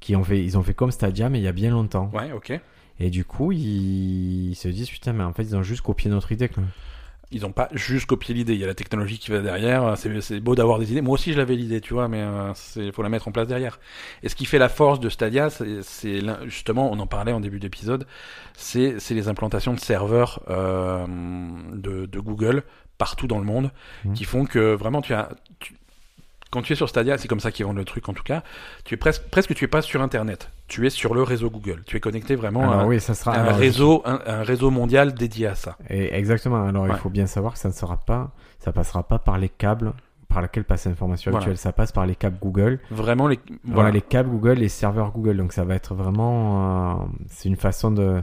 Speaker 2: Qui ont fait, ils ont fait comme Stadia, mais il y a bien longtemps.
Speaker 1: Ouais, ok.
Speaker 2: Et du coup, ils, ils se disent putain, mais en fait, ils ont juste copié notre idée. Quoi.
Speaker 1: Ils n'ont pas juste copié l'idée. Il y a la technologie qui va derrière. C'est c'est beau d'avoir des idées. Moi aussi, je l'avais l'idée, tu vois, mais il faut la mettre en place derrière. Et ce qui fait la force de Stadia, c'est- c'est l'in- justement, on en parlait en début d'épisode, c'est c'est les implantations de serveurs euh, de, de Google partout dans le monde
Speaker 2: Mhm.
Speaker 1: qui font que vraiment tu as. tu- quand tu es sur Stadia, c'est comme ça qu'ils vendent le truc en tout cas. Tu es presque, presque tu es pas sur Internet. Tu es sur le réseau Google. Tu es connecté vraiment à,
Speaker 2: Alors Ah oui, ça sera
Speaker 1: à euh, un
Speaker 2: alors,
Speaker 1: réseau, un- un réseau mondial dédié à ça.
Speaker 2: Et exactement. Alors
Speaker 1: Ouais.
Speaker 2: il faut bien savoir que ça ne sera pas, ça passera pas par les câbles par lesquels passe l'information
Speaker 1: Voilà.
Speaker 2: actuelle. Ça passe par les câbles Google.
Speaker 1: Vraiment les.
Speaker 2: Voilà. les câbles Google, les serveurs Google. Donc ça va être vraiment, euh, c'est une façon de,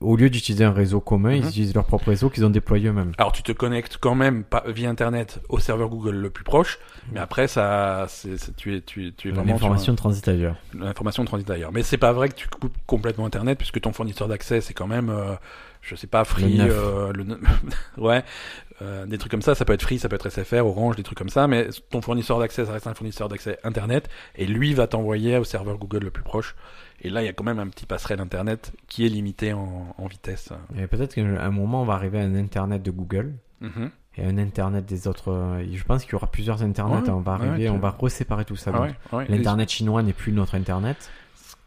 Speaker 2: au lieu d'utiliser un réseau commun, ils
Speaker 1: Mhm.
Speaker 2: utilisent leur propre réseau qu'ils ont déployé eux-mêmes.
Speaker 1: Alors tu te connectes quand même pas, via internet au serveur Google le plus proche, mais après ça, c'est c'est- tu es tu, es- tu es vraiment
Speaker 2: L'information transite ailleurs.
Speaker 1: sur un- l'information transite ailleurs. Mais c'est pas vrai que tu coupes complètement internet puisque ton fournisseur d'accès c'est quand même euh, je sais pas Free,
Speaker 2: neuf.
Speaker 1: euh, le ne- (laughs) ouais, euh, des trucs comme ça. Ça peut être Free, ça peut être SFR, Orange, des trucs comme ça. Mais ton fournisseur d'accès ça reste un fournisseur d'accès internet et lui va t'envoyer au serveur Google le plus proche. Et là il y a quand même un petit passerelle internet qui est limité en, en vitesse.
Speaker 2: Et peut-être qu'à un moment on va arriver à un internet de Google.
Speaker 1: Mhm.
Speaker 2: Et un internet des autres. euh, Je pense qu'il y aura plusieurs internets.
Speaker 1: Ouais,
Speaker 2: hein. on va
Speaker 1: ouais,
Speaker 2: arriver,
Speaker 1: tu-
Speaker 2: on va reséparer tout ça.
Speaker 1: Ah
Speaker 2: Donc,
Speaker 1: ouais, ouais. Les-
Speaker 2: L'internet chinois n'est plus notre internet.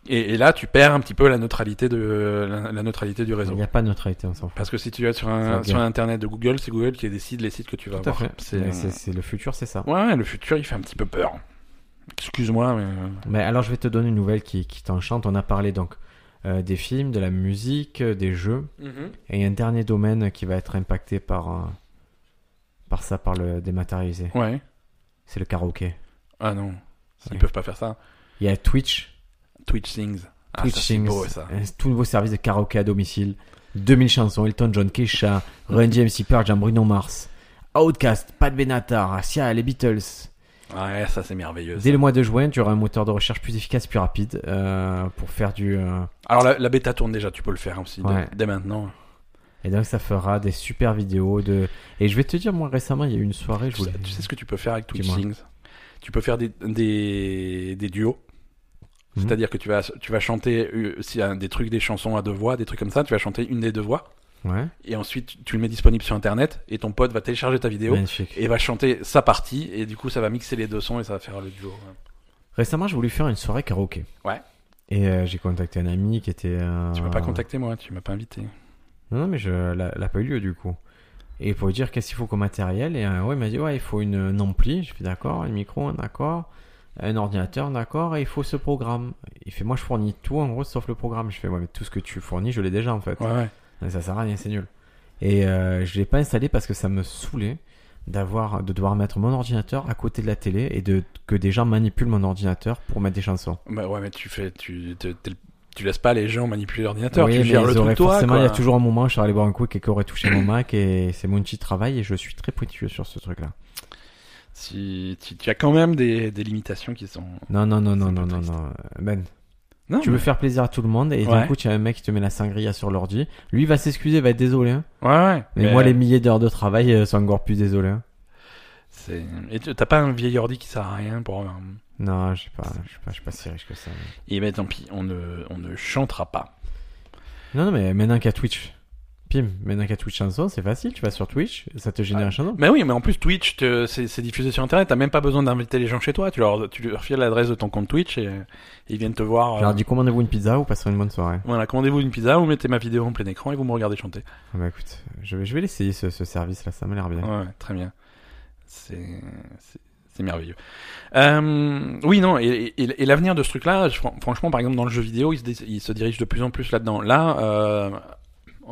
Speaker 1: Et, et là, tu perds un petit peu la neutralité de la, la neutralité du
Speaker 2: Il
Speaker 1: réseau.
Speaker 2: n'y a pas de neutralité, on s'en fout.
Speaker 1: Parce que si tu vas sur
Speaker 2: Ça va
Speaker 1: un
Speaker 2: bien.
Speaker 1: sur l'internet de Google, c'est Google qui décide les sites que tu vas
Speaker 2: Tout à
Speaker 1: voir.
Speaker 2: fait.
Speaker 1: C'est
Speaker 2: Mais C'est c'est le futur, c'est ça.
Speaker 1: ouais, ouais, le futur, il fait un petit peu peur. Excuse-moi, mais
Speaker 2: Mais alors, je vais te donner une nouvelle qui, qui t'enchante. On a parlé donc euh, des films, de la musique, euh, des jeux. Et un dernier domaine qui va être impacté par, euh, par ça, par le dématérialisé.
Speaker 1: ouais.
Speaker 2: C'est le karaoké.
Speaker 1: Ah non, ils
Speaker 2: Ouais.
Speaker 1: peuvent pas faire ça.
Speaker 2: Il y a Twitch.
Speaker 1: Twitch Things. Ah,
Speaker 2: Twitch
Speaker 1: ça, c'est
Speaker 2: Sings,
Speaker 1: beau ça.
Speaker 2: un tout nouveau service de karaoké à domicile. 2000 chansons, Elton John, Kesha, Run DMC, Pearl Jam, Bruno Mars, Outcast, Pat Benatar, Sia, les Beatles.
Speaker 1: Ouais, ça c'est merveilleux. ça.
Speaker 2: Dès le mois de juin, tu auras un moteur de recherche plus efficace, plus rapide euh, pour faire du. euh,
Speaker 1: Alors la, la bêta tourne déjà, tu peux le faire aussi dès-
Speaker 2: Ouais.
Speaker 1: dès, maintenant.
Speaker 2: Et donc ça fera des super vidéos de. Et je vais te dire, moi récemment, il y a eu une soirée. Je
Speaker 1: Tu sais,
Speaker 2: voulais...
Speaker 1: tu sais ce que tu peux faire avec Twitch
Speaker 2: Dis-moi.
Speaker 1: Things Tu peux faire des des, des duos.
Speaker 2: Mhm.
Speaker 1: C'est-à-dire que tu vas, tu vas chanter euh, si, euh, des trucs, des chansons à deux voix, des trucs comme ça, tu vas chanter une des deux voix,
Speaker 2: Ouais.
Speaker 1: et ensuite tu- tu le mets disponible sur Internet, et ton pote va télécharger ta vidéo,
Speaker 2: Magnifique.
Speaker 1: et va chanter sa partie, et du coup ça va mixer les deux sons, et ça va faire le duo. ouais.
Speaker 2: Récemment, je voulais faire une soirée karaoké.
Speaker 1: Ouais.
Speaker 2: Et euh, j'ai contacté un ami qui était. euh,
Speaker 1: Tu m'as pas contacté moi, tu m'as pas invité.
Speaker 2: Non, non, mais je l'a l'a pas eu lieu du coup. Et pour lui dire qu'est-ce qu'il faut comme matériel, et euh, ouais, il m'a dit ouais, il faut une, un ampli. Je fais d'accord, un micro, d'accord, un ordinateur, d'accord, et il faut ce programme. Il fait moi, je fournis tout en gros sauf le programme. Je fais ouais, mais tout ce que tu fournis, je l'ai déjà en fait.
Speaker 1: Ouais, ouais.
Speaker 2: Mais ça sert à rien, c'est nul. Et euh, je l'ai pas installé parce que ça me saoulait d'avoir de devoir mettre mon ordinateur à côté de la télé et de que des gens manipulent mon ordinateur pour mettre des chansons.
Speaker 1: Bah ouais, mais tu fais, tu, te- t'es le- tu laisses pas les gens manipuler l'ordinateur,
Speaker 2: Oui,
Speaker 1: tu
Speaker 2: mais
Speaker 1: gères
Speaker 2: ils
Speaker 1: le
Speaker 2: auraient
Speaker 1: truc toi.
Speaker 2: forcément,
Speaker 1: quoi.
Speaker 2: il y a toujours un moment, où je suis allé boire un coup et quelqu'un aurait touché mon Mac et c'est mon petit travail et je suis très pointilleux sur ce truc-là.
Speaker 1: Si, tu, tu as quand même des, des limitations qui sont.
Speaker 2: Non, non, non,
Speaker 1: C'est
Speaker 2: non,
Speaker 1: un peu
Speaker 2: non, non,
Speaker 1: triste.
Speaker 2: non. Ben,
Speaker 1: Non,
Speaker 2: tu veux
Speaker 1: mais-
Speaker 2: faire plaisir à tout le monde et
Speaker 1: Ouais.
Speaker 2: d'un coup, tu as un mec qui te met la sangria sur l'ordi. Lui, il va s'excuser, il va être désolé. hein.
Speaker 1: Ouais, ouais.
Speaker 2: Mais, moi, les milliers d'heures de travail euh, sont encore plus désolés. hein.
Speaker 1: c'est- Et tu- t'as pas un vieil ordi qui sert à rien pour. avoir un-
Speaker 2: Non, je sais pas, je sais pas, je suis pas si riche que ça. mais-
Speaker 1: Eh ben tant pis, on ne, on ne chantera pas.
Speaker 2: Non, non, mais maintenant qu'il y a Twitch, Pim, maintenant qu'il y a Twitch chanson, c'est facile, tu vas sur Twitch, ça te
Speaker 1: Ah.
Speaker 2: génère un chanson.
Speaker 1: Mais oui, mais en plus Twitch, te- c'est c'est diffusé sur Internet. T'as même pas besoin d'inviter les gens chez toi. Tu leur, tu leur files l'adresse de ton compte Twitch et ils viennent te voir.
Speaker 2: Je
Speaker 1: euh,
Speaker 2: leur dis commandez-vous une pizza ou passerez une bonne soirée.
Speaker 1: Voilà, commandez-vous une pizza, vous mettez ma vidéo en plein écran et vous me regardez chanter.
Speaker 2: Ah Bah écoute, je vais, je vais l'essayer ce, ce service-là, ça m'a l'air bien.
Speaker 1: Ouais, très bien. C'est c'est- c'est merveilleux. Euh, oui, non, et, et- et l'avenir de ce truc-là, je- fran- franchement, par exemple, dans le jeu vidéo, il se, dé- il se dirige de plus en plus là-dedans. Là, euh,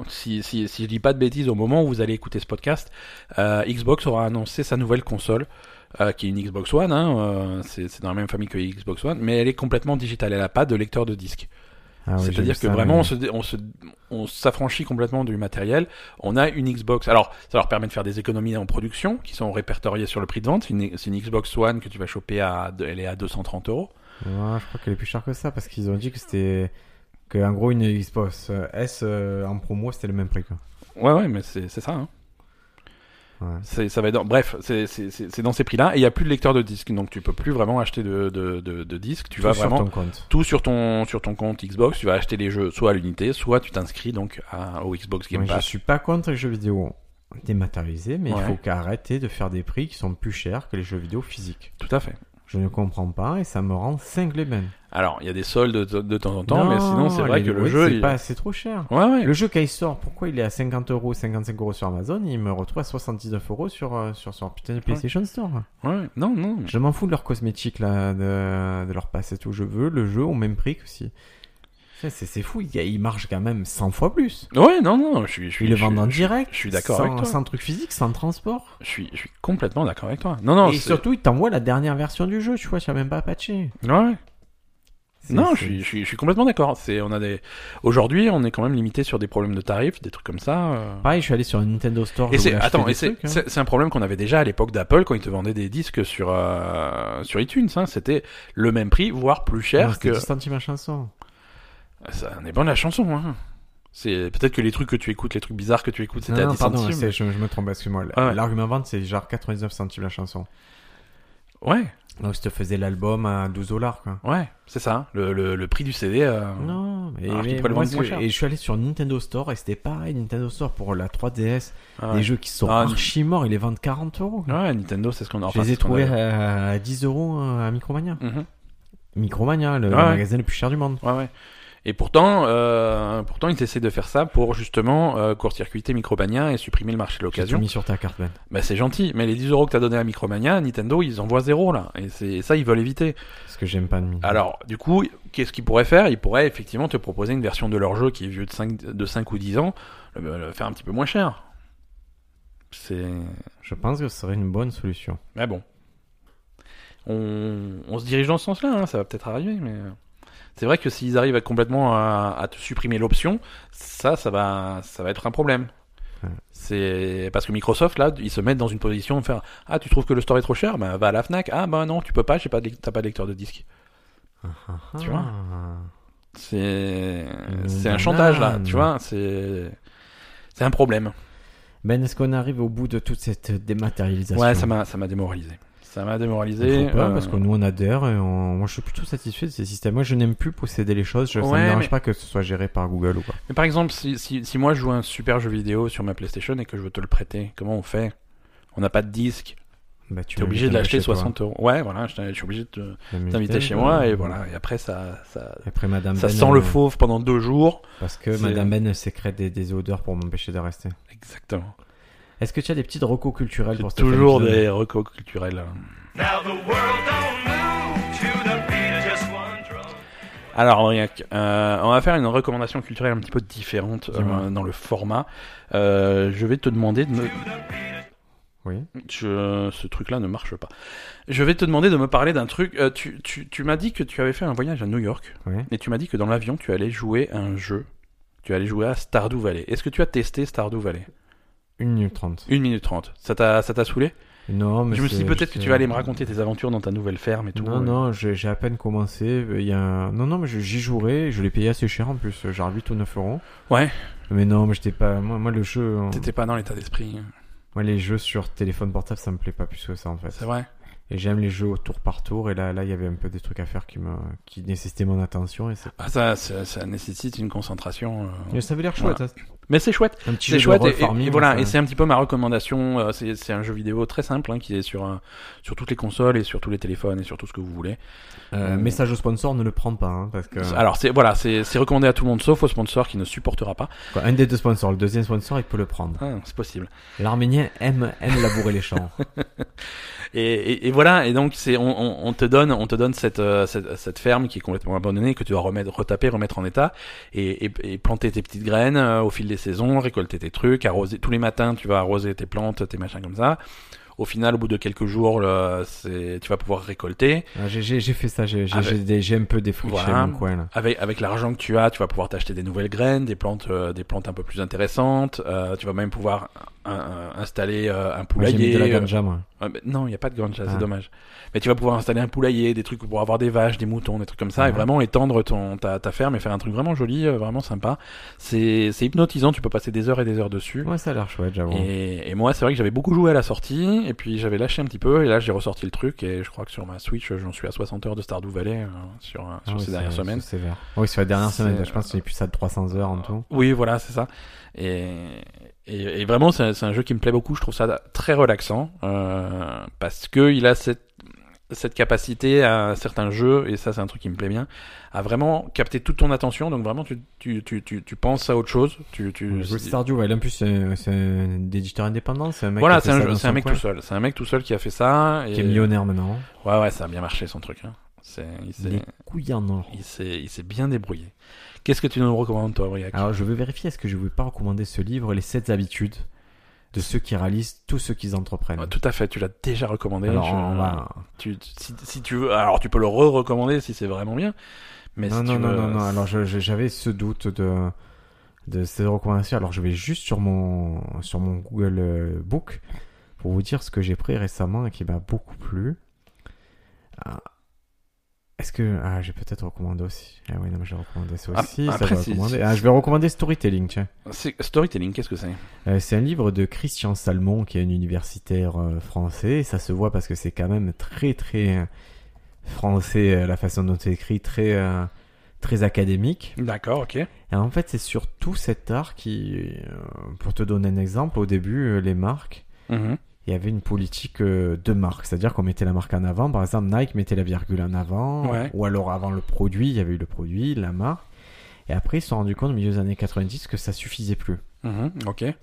Speaker 1: si, si, si je dis pas de bêtises, au moment où vous allez écouter ce podcast, euh, Xbox aura annoncé sa nouvelle console, euh, qui est une Xbox One, hein, euh, c'est c'est dans la même famille que Xbox One, mais elle est complètement digitale, elle a pas de lecteur de disque.
Speaker 2: Ah oui, j'ai vu
Speaker 1: C'est-à-dire que
Speaker 2: ça,
Speaker 1: vraiment,
Speaker 2: mais-
Speaker 1: on se dé- on se, on s'affranchit complètement du matériel. On a une Xbox. Alors, ça leur permet de faire des économies en production qui sont répertoriées sur le prix de vente. C'est une, c'est une Xbox One que tu vas choper à, elle est à 230 euros.
Speaker 2: Ouais, je crois qu'elle est plus chère que ça parce qu'ils ont dit que c'était. Que, en gros, une Xbox euh, S euh, en promo, c'était le même prix. Quoi.
Speaker 1: Ouais, ouais, mais c'est c'est ça. Hein.
Speaker 2: Ouais.
Speaker 1: C'est- Ça va être dans- Bref, c'est- c'est c'est- c'est dans ces prix-là. Et il n'y a plus de lecteur de disque, donc tu peux plus vraiment acheter de, de, de, de disque. Tu vas
Speaker 2: Tout sur
Speaker 1: vraiment
Speaker 2: ton compte.
Speaker 1: tout sur ton sur ton compte Xbox. Tu vas acheter les jeux soit à l'unité, soit tu t'inscris donc à, au Xbox Game
Speaker 2: Moi, je
Speaker 1: Pass.
Speaker 2: suis pas contre les jeux vidéo dématérialisés, mais
Speaker 1: Ouais.
Speaker 2: il faut qu'arrêter de faire des prix qui sont plus chers que les jeux vidéo physiques.
Speaker 1: Tout à fait.
Speaker 2: Je ne comprends pas et ça me rend cinglé Ben. même.
Speaker 1: Alors, il y a des soldes de, de temps en temps, mais
Speaker 2: Non,
Speaker 1: sinon c'est vrai
Speaker 2: les
Speaker 1: que le
Speaker 2: louer,
Speaker 1: jeu.
Speaker 2: C'est
Speaker 1: il-
Speaker 2: pas assez trop cher.
Speaker 1: Ouais, ouais.
Speaker 2: Le jeu quand il sort, pourquoi il est à 50 euros, 55 euros sur Amazon, il me retrouve à 79 euros sur, euh, sur son putain de PlayStation Store.
Speaker 1: Ouais, non, non.
Speaker 2: Je m'en fous de leur cosmétique là, de, de leur passe et tout. Je veux le jeu au même prix que si. C'est, c'est- c'est fou, il, y a- il marche quand même 100 fois plus.
Speaker 1: Ouais, non, non, je suis, je suis,
Speaker 2: Ils le
Speaker 1: je
Speaker 2: vendent en
Speaker 1: suis-
Speaker 2: direct.
Speaker 1: je suis d'accord
Speaker 2: sans,
Speaker 1: avec toi.
Speaker 2: sans truc physique, sans transport.
Speaker 1: je suis, je suis complètement d'accord avec toi. Non, non,
Speaker 2: et
Speaker 1: c'est-
Speaker 2: surtout, ils t'envoient la dernière version du jeu, tu vois, tu n'as même pas à patcher.
Speaker 1: ouais, ouais.
Speaker 2: C'est-
Speaker 1: Non,
Speaker 2: c'est-
Speaker 1: je suis, je suis, je suis complètement d'accord. C'est, on a des, aujourd'hui, on est quand même limité sur des problèmes de tarifs, des trucs comme ça. euh.
Speaker 2: Pareil, je suis allé sur un Nintendo Store.
Speaker 1: Et
Speaker 2: je
Speaker 1: c'est,
Speaker 2: voulais acheter
Speaker 1: attends,
Speaker 2: des
Speaker 1: et c'est,
Speaker 2: trucs, hein.
Speaker 1: c'est, c'est un problème qu'on avait déjà à l'époque d'Apple quand ils te vendaient des disques sur, euh, sur iTunes. Hein. C'était le même prix, voire plus cher
Speaker 2: Non, c'était
Speaker 1: que.
Speaker 2: 10 centimes à chanson.
Speaker 1: Ça dépend de la chanson. Hein. C'est peut-être que les trucs que tu écoutes, les trucs bizarres que tu écoutes, c'était
Speaker 2: Non,
Speaker 1: à
Speaker 2: non,
Speaker 1: 10
Speaker 2: pardon,
Speaker 1: centimes.
Speaker 2: c'est- je, je me trompe, excuse-moi.
Speaker 1: Ah ouais.
Speaker 2: L'argument vente, c'est genre 99 centimes la chanson.
Speaker 1: Ouais,
Speaker 2: Donc, si te faisais l'album à 12 dollars, quoi.
Speaker 1: ouais, c'est ça. hein. Le, le, le prix du CD. euh,
Speaker 2: Non, mais,
Speaker 1: Alors qu'ils
Speaker 2: mais
Speaker 1: pourraient le
Speaker 2: moi,
Speaker 1: vendre
Speaker 2: ce
Speaker 1: moins
Speaker 2: que-
Speaker 1: cher.
Speaker 2: et je suis allé sur Nintendo Store et c'était pareil, Nintendo Store pour la 3DS,
Speaker 1: ouais.
Speaker 2: des jeux qui sont
Speaker 1: Ah,
Speaker 2: archi morts, ils les vendent 40 euros. quoi.
Speaker 1: Ouais, Nintendo, c'est ce qu'on a.
Speaker 2: je les ai trouvés à 10 euros euh, à Micromania.
Speaker 1: Mhm.
Speaker 2: Micromania, le
Speaker 1: Ah Ouais.
Speaker 2: magasin le plus cher du monde.
Speaker 1: Ouais, ouais. Et pourtant, euh, pourtant, ils essaient de faire ça pour justement euh, court-circuiter Micromania et supprimer le marché de
Speaker 2: J'ai tout
Speaker 1: l'occasion.
Speaker 2: mis sur ta carte, Ben.
Speaker 1: Bah, c'est gentil, mais les 10 euros que t'as donné à Micromania, Nintendo, ils envoient zéro là. Et c'est et ça, ils veulent éviter.
Speaker 2: Parce que j'aime pas de mine.
Speaker 1: Alors, du coup, qu'est-ce qu'ils pourraient faire Ils pourraient effectivement te proposer une version de leur jeu qui est vieux de 5, de 5 ou 10 ans, le, le faire un petit peu moins cher. C'est.
Speaker 2: Je pense que ce serait une bonne solution.
Speaker 1: Mais bon. On, on se dirige dans ce sens-là, hein, ça va peut-être arriver, mais. euh, C'est vrai que s'ils arrivent à complètement à, à te supprimer l'option, ça, ça va, ça va être un problème.
Speaker 2: Ouais.
Speaker 1: C'est parce que Microsoft là, ils se mettent dans une position de faire ah tu trouves que le store est trop cher, ben va à la Fnac, ah ben non tu peux pas, j'ai pas de, lec- t'as pas de lecteur de disque. Tu vois C'est c'est un chantage là, tu vois, c'est c'est un problème.
Speaker 2: Ben, est-ce qu'on arrive au bout de toute cette dématérialisation
Speaker 1: Ouais, ça m'a ça m'a démoralisé, ça m'a démoralisé.
Speaker 2: Faut pas,
Speaker 1: euh,
Speaker 2: parce que nous on adhère et on- moi je suis plutôt satisfait de ces systèmes. Moi je n'aime plus posséder les choses, je... ça
Speaker 1: Ouais,
Speaker 2: me dérange
Speaker 1: mais-
Speaker 2: pas que ce soit géré par Google ou quoi.
Speaker 1: Mais par exemple, si, si, si moi je joue un super jeu vidéo sur ma PlayStation et que je veux te le prêter, comment on fait On n'a pas de disque,
Speaker 2: Bah, tu
Speaker 1: t'es obligé de l'acheter 60 euros. Ouais, voilà, je t'in- je suis obligé de te- t'inviter chez moi et voilà. Et après, ça, ça,
Speaker 2: euh, Après Madame
Speaker 1: ça
Speaker 2: Ben,
Speaker 1: sent le
Speaker 2: euh,
Speaker 1: fauve pendant deux jours.
Speaker 2: Parce que
Speaker 1: C'est-
Speaker 2: Madame Ben sécrète des, des odeurs pour m'empêcher de rester.
Speaker 1: Exactement.
Speaker 2: Est-ce que tu as des petites recos culturelles pour ce
Speaker 1: Toujours
Speaker 2: épisode
Speaker 1: des recos culturels.
Speaker 3: Now the world don't move to the beat of just one drum.
Speaker 1: Alors, Aurillac, euh, on va faire une recommandation culturelle un petit peu différente euh,
Speaker 2: Dis-moi.
Speaker 1: dans le format. Euh, je vais te demander de me.
Speaker 2: Oui.
Speaker 1: Je- ce truc-là ne marche pas. Je vais te demander de me parler d'un truc. euh, tu tu, tu m'as dit que tu avais fait un voyage à New York.
Speaker 2: Oui.
Speaker 1: Et tu m'as dit que dans l'avion, tu allais jouer à un jeu. Tu allais jouer à Stardew Valley. Est-ce que tu as testé Stardew Valley
Speaker 2: 1 minute 30.
Speaker 1: 1 minute 30. Ça t'a ça t'a saoulé
Speaker 2: Non, Oh, mais
Speaker 1: Je me suis dit
Speaker 2: c'est-
Speaker 1: peut-être que
Speaker 2: c'est-
Speaker 1: tu vas aller me raconter tes aventures dans ta nouvelle ferme et tout.
Speaker 2: Non, non, j'ai j'ai à peine commencé. Il y a un- Non, non, mais je- j'y jouerai. Je l'ai payé assez cher en plus, genre 8 ou 9 euros.
Speaker 1: Ouais.
Speaker 2: Mais non, mais j'étais pas. Moi, moi, le jeu. euh,
Speaker 1: T'étais pas dans l'état d'esprit.
Speaker 2: Moi, les jeux sur téléphone portable, ça me plaît pas plus que ça en fait.
Speaker 1: C'est vrai.
Speaker 2: Et j'aime les jeux au tour par tour. Et là, là, il y avait un peu des trucs à faire qui, me... qui nécessitaient mon attention. Et c'est-
Speaker 1: Ah, ça, ça, ça nécessite une concentration. euh,
Speaker 2: Mais ça avait l'air chouette. hein.
Speaker 1: Mais c'est chouette.
Speaker 2: Un petit
Speaker 1: C'est
Speaker 2: jeu
Speaker 1: chouette.
Speaker 2: de
Speaker 1: Et,
Speaker 2: rôle farming, euh,
Speaker 1: et- et voilà,
Speaker 2: enfin,
Speaker 1: et c'est un petit peu ma recommandation. euh, C'est c'est un jeu vidéo très simple hein, qui est sur, euh, sur toutes les consoles et sur tous les téléphones et sur tout ce que vous voulez.
Speaker 2: euh, message au sponsor, ne le prends pas, hein, parce que
Speaker 1: Alors c'est voilà, c'est c'est recommandé à tout le monde sauf au sponsor qui ne supportera pas.
Speaker 2: euh, quoi, un des deux sponsors, le deuxième sponsor, il peut le prendre.
Speaker 1: Ah, c'est possible.
Speaker 2: L'Arménien aime aime labourer les
Speaker 1: (laughs)
Speaker 2: champs.
Speaker 1: Et, et- et voilà, et donc c'est on, on- on te donne, on te donne cette, euh, cette cette ferme qui est complètement abandonnée que tu dois remettre, retaper, remettre en état, et, et, et planter tes petites graines euh, au fil des saisons, récolter tes trucs, arroser tous les matins, tu vas arroser tes plantes, tes machins comme ça. Au final, au bout de quelques jours, le- c'est- tu vas pouvoir récolter
Speaker 2: Ah, j'ai- J'ai j'ai fait ça, j'ai j'ai-
Speaker 1: Ah,
Speaker 2: j'ai des- j'ai un peu des fruits
Speaker 1: Voilà.
Speaker 2: chez mon coin là.
Speaker 1: avec avec l'argent que tu as, tu vas pouvoir t'acheter des nouvelles graines, des plantes, euh, des plantes un peu plus intéressantes. euh, tu vas même pouvoir un- un- installer euh, un
Speaker 2: Moi, J'ai mis
Speaker 1: poulailler.
Speaker 2: de la
Speaker 1: euh,
Speaker 2: ganja, moi.
Speaker 1: Ouais, mais non, il n'y a pas de ganja,
Speaker 2: Ah.
Speaker 1: c'est dommage. Mais tu vas pouvoir installer un poulailler, des trucs pour avoir des vaches, des moutons, des trucs comme ça,
Speaker 2: Ah.
Speaker 1: et vraiment étendre ton, ta, ta ferme et faire un truc vraiment joli, euh, vraiment sympa. C'est c'est hypnotisant, tu peux passer des heures et des heures dessus.
Speaker 2: Ouais, ça a l'air chouette, j'avoue.
Speaker 1: Et, et moi, c'est vrai que j'avais beaucoup joué à la sortie, et puis j'avais lâché un petit peu, et là j'ai ressorti le truc, et je crois que sur ma Switch, j'en suis à 60 heures de Stardew Valley euh, sur, euh,
Speaker 2: Ah
Speaker 1: sur
Speaker 2: ouais,
Speaker 1: ces
Speaker 2: c'est-
Speaker 1: dernières
Speaker 2: c'est
Speaker 1: semaines.
Speaker 2: sévère. Oui, sur la dernière
Speaker 1: C'est-
Speaker 2: semaine, je pense que j'ai plus à 300 heures en tout.
Speaker 1: Oui, voilà, c'est ça. Et, et, et vraiment, c'est un, c'est un jeu qui me plaît beaucoup. Je trouve ça très relaxant euh, parce que il a cette cette capacité à certains jeux et ça c'est un truc qui me plaît bien à vraiment capter toute ton attention donc vraiment tu tu tu tu, tu penses à autre chose tu tu
Speaker 2: Ouais, Stardew Valley, en plus, Euh, c'est un- c'est un éditeur indépendant, c'est un mec
Speaker 1: voilà c'est
Speaker 2: qui a fait
Speaker 1: un,
Speaker 2: ça
Speaker 1: jeu-
Speaker 2: dans
Speaker 1: c'est un
Speaker 2: son
Speaker 1: mec
Speaker 2: coin,
Speaker 1: tout seul c'est un mec tout seul qui a fait ça et...
Speaker 2: Qui est millionnaire maintenant.
Speaker 1: ouais ouais ça a bien marché son truc hein. c'est il s'est
Speaker 2: Des couilles en or.
Speaker 1: il s'est il s'est bien débrouillé qu'est-ce que tu nous recommandes toi Briac
Speaker 2: Alors, je veux vérifier, est-ce que je ne vais pas recommander ce livre, Les 7 habitudes de ceux qui réalisent tout ce qu'ils entreprennent
Speaker 1: Ouais, Ah, tout à fait tu l'as déjà recommandé
Speaker 2: Alors,
Speaker 1: je-
Speaker 2: on va-
Speaker 1: Tu, tu- si, si tu veux, alors tu peux le re-recommander si c'est vraiment bien. Mais
Speaker 2: Non,
Speaker 1: si
Speaker 2: non,
Speaker 1: tu
Speaker 2: non,
Speaker 1: veux- euh,
Speaker 2: non, non, alors je- je- j'avais ce doute de, de cette recommandation. Alors, je vais juste sur mon, sur mon Google euh, Book pour vous dire ce que j'ai pris récemment et qui m'a beaucoup plu. Ah, Est-ce que. Ah, j'ai peut-être recommandé aussi. Ah oui, non, mais j'ai recommandé ça
Speaker 1: Ah,
Speaker 2: aussi. ça,
Speaker 1: après,
Speaker 2: je vais
Speaker 1: si-
Speaker 2: recommander.
Speaker 1: si-
Speaker 2: Ah, je vais recommander Storytelling, tiens.
Speaker 1: C'est- Storytelling, qu'est-ce que c'est
Speaker 2: Euh, c'est un livre de Christian Salmon, qui est un universitaire euh, français. Et ça se voit parce que c'est quand même très, très euh, français, euh, la façon dont c'est écrit, très, euh, très académique.
Speaker 1: D'accord, ok.
Speaker 2: Et en fait, c'est surtout cet art qui, euh, pour te donner un exemple, au début, euh, les marques,
Speaker 1: Mhm.
Speaker 2: il y avait une politique euh, de marque. C'est-à-dire qu'on mettait la marque en avant. Par exemple, Nike mettait la virgule en avant.
Speaker 1: Ouais.
Speaker 2: Ou alors avant le produit, il y avait eu le produit, la marque. Et après, ils se sont rendus compte au milieu des années 90 que ça suffisait plus.
Speaker 1: Mhm, Ok.
Speaker 2: Euh,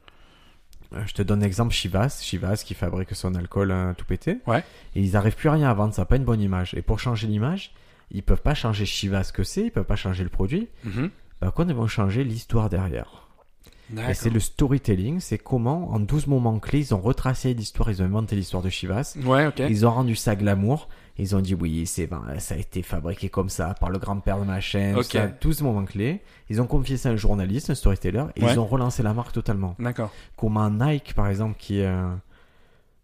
Speaker 2: Je te donne l'exemple Chivas, Chivas qui fabrique son alcool hein, tout pété.
Speaker 1: Ouais.
Speaker 2: Et ils arrivent plus à rien à vendre, ça n'a pas une bonne image. Et pour changer l'image, ils peuvent pas changer Chivas que c'est, ils peuvent pas changer le produit.
Speaker 1: Mhm.
Speaker 2: Par contre, ils vont changer l'histoire derrière. Et c'est
Speaker 1: D'accord.
Speaker 2: le storytelling, c'est comment, en 12 moments clés, ils ont retracé l'histoire, ils ont inventé l'histoire de Chivas,
Speaker 1: Ouais, ok.
Speaker 2: ils ont rendu ça glamour, ils ont dit oui, c'est ben, ça a été fabriqué comme ça par le grand-père de machin, tout
Speaker 1: Ok.
Speaker 2: ça, 12 moments clés. Ils ont confié ça à un journaliste, un storyteller, et
Speaker 1: Ouais.
Speaker 2: ils ont relancé la marque totalement.
Speaker 1: D'accord.
Speaker 2: Comment Nike, par exemple, qui est un-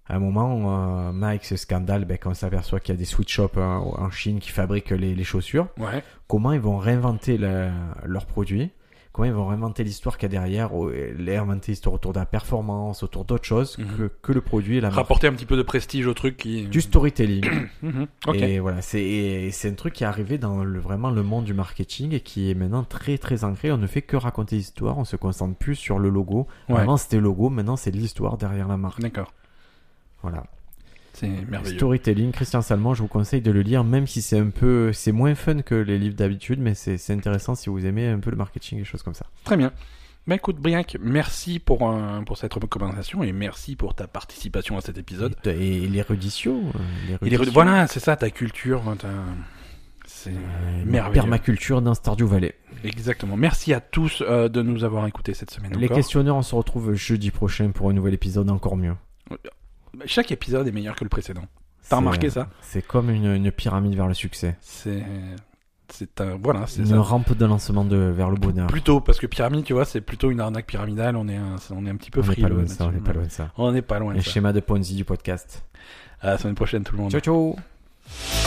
Speaker 2: à un moment, euh, Nike, ce scandale, ben, quand on s'aperçoit qu'il y a des sweatshops hein, en Chine qui fabriquent les- les chaussures,
Speaker 1: Ouais.
Speaker 2: comment ils vont réinventer le- leurs produits, comment ils vont réinventer l'histoire qu'il y a derrière, ou- et réinventer l'histoire autour de la performance, autour d'autres choses
Speaker 1: Mhm.
Speaker 2: que, que le produit et la marque.
Speaker 1: Rapporter un petit peu de prestige au truc qui.
Speaker 2: Du storytelling.
Speaker 1: Mhm, (clears throat) Ok.
Speaker 2: Et voilà, c'est et c'est un truc qui est arrivé dans le, vraiment le monde du marketing et qui est maintenant très très ancré. On ne fait que raconter l'histoire, on se concentre plus sur le logo.
Speaker 1: Ouais.
Speaker 2: Avant c'était le logo, maintenant c'est l'histoire derrière la marque.
Speaker 1: D'accord.
Speaker 2: Voilà.
Speaker 1: C'est merveilleux.
Speaker 2: Storytelling, Christian Salmon, je vous conseille de le lire, même si c'est un peu, c'est moins fun que les livres d'habitude, mais c'est c'est intéressant si vous aimez un peu le marketing et des choses comme ça.
Speaker 1: Très bien. Bah écoute, Briac, merci pour, euh, pour cette recommandation et merci pour ta participation à cet épisode.
Speaker 2: Et, et l'érudition. euh,
Speaker 1: Il est-
Speaker 2: l'érudition,
Speaker 1: Voilà, c'est ça, ta culture. hein, ta- C'est
Speaker 2: euh,
Speaker 1: merveilleux.
Speaker 2: Permaculture dans Stardew Valley.
Speaker 1: Exactement. Merci à tous euh, de nous avoir écoutés cette semaine.
Speaker 2: Les
Speaker 1: encore.
Speaker 2: questionneurs, on se retrouve jeudi prochain pour un nouvel épisode encore mieux.
Speaker 1: Bah, Chaque épisode est meilleur que le précédent.
Speaker 2: C'est- euh,
Speaker 1: T'as remarqué ça
Speaker 2: C'est comme une, une pyramide vers le succès.
Speaker 1: C'est. C'est un. Voilà, c'est
Speaker 2: Une
Speaker 1: ça.
Speaker 2: rampe de lancement de, vers le bonheur.
Speaker 1: Plutôt, parce que pyramide, tu vois, c'est plutôt une arnaque pyramidale. On est, un- on est un petit peu
Speaker 2: on n'est pas
Speaker 1: frileux.
Speaker 2: loin de ça, on n'est
Speaker 1: là-dessus.
Speaker 2: pas loin de ça.
Speaker 1: On n'est pas loin de
Speaker 2: Les
Speaker 1: ça.
Speaker 2: schémas de Ponzi du podcast.
Speaker 1: À la semaine prochaine, tout le monde.
Speaker 2: Ciao, ciao!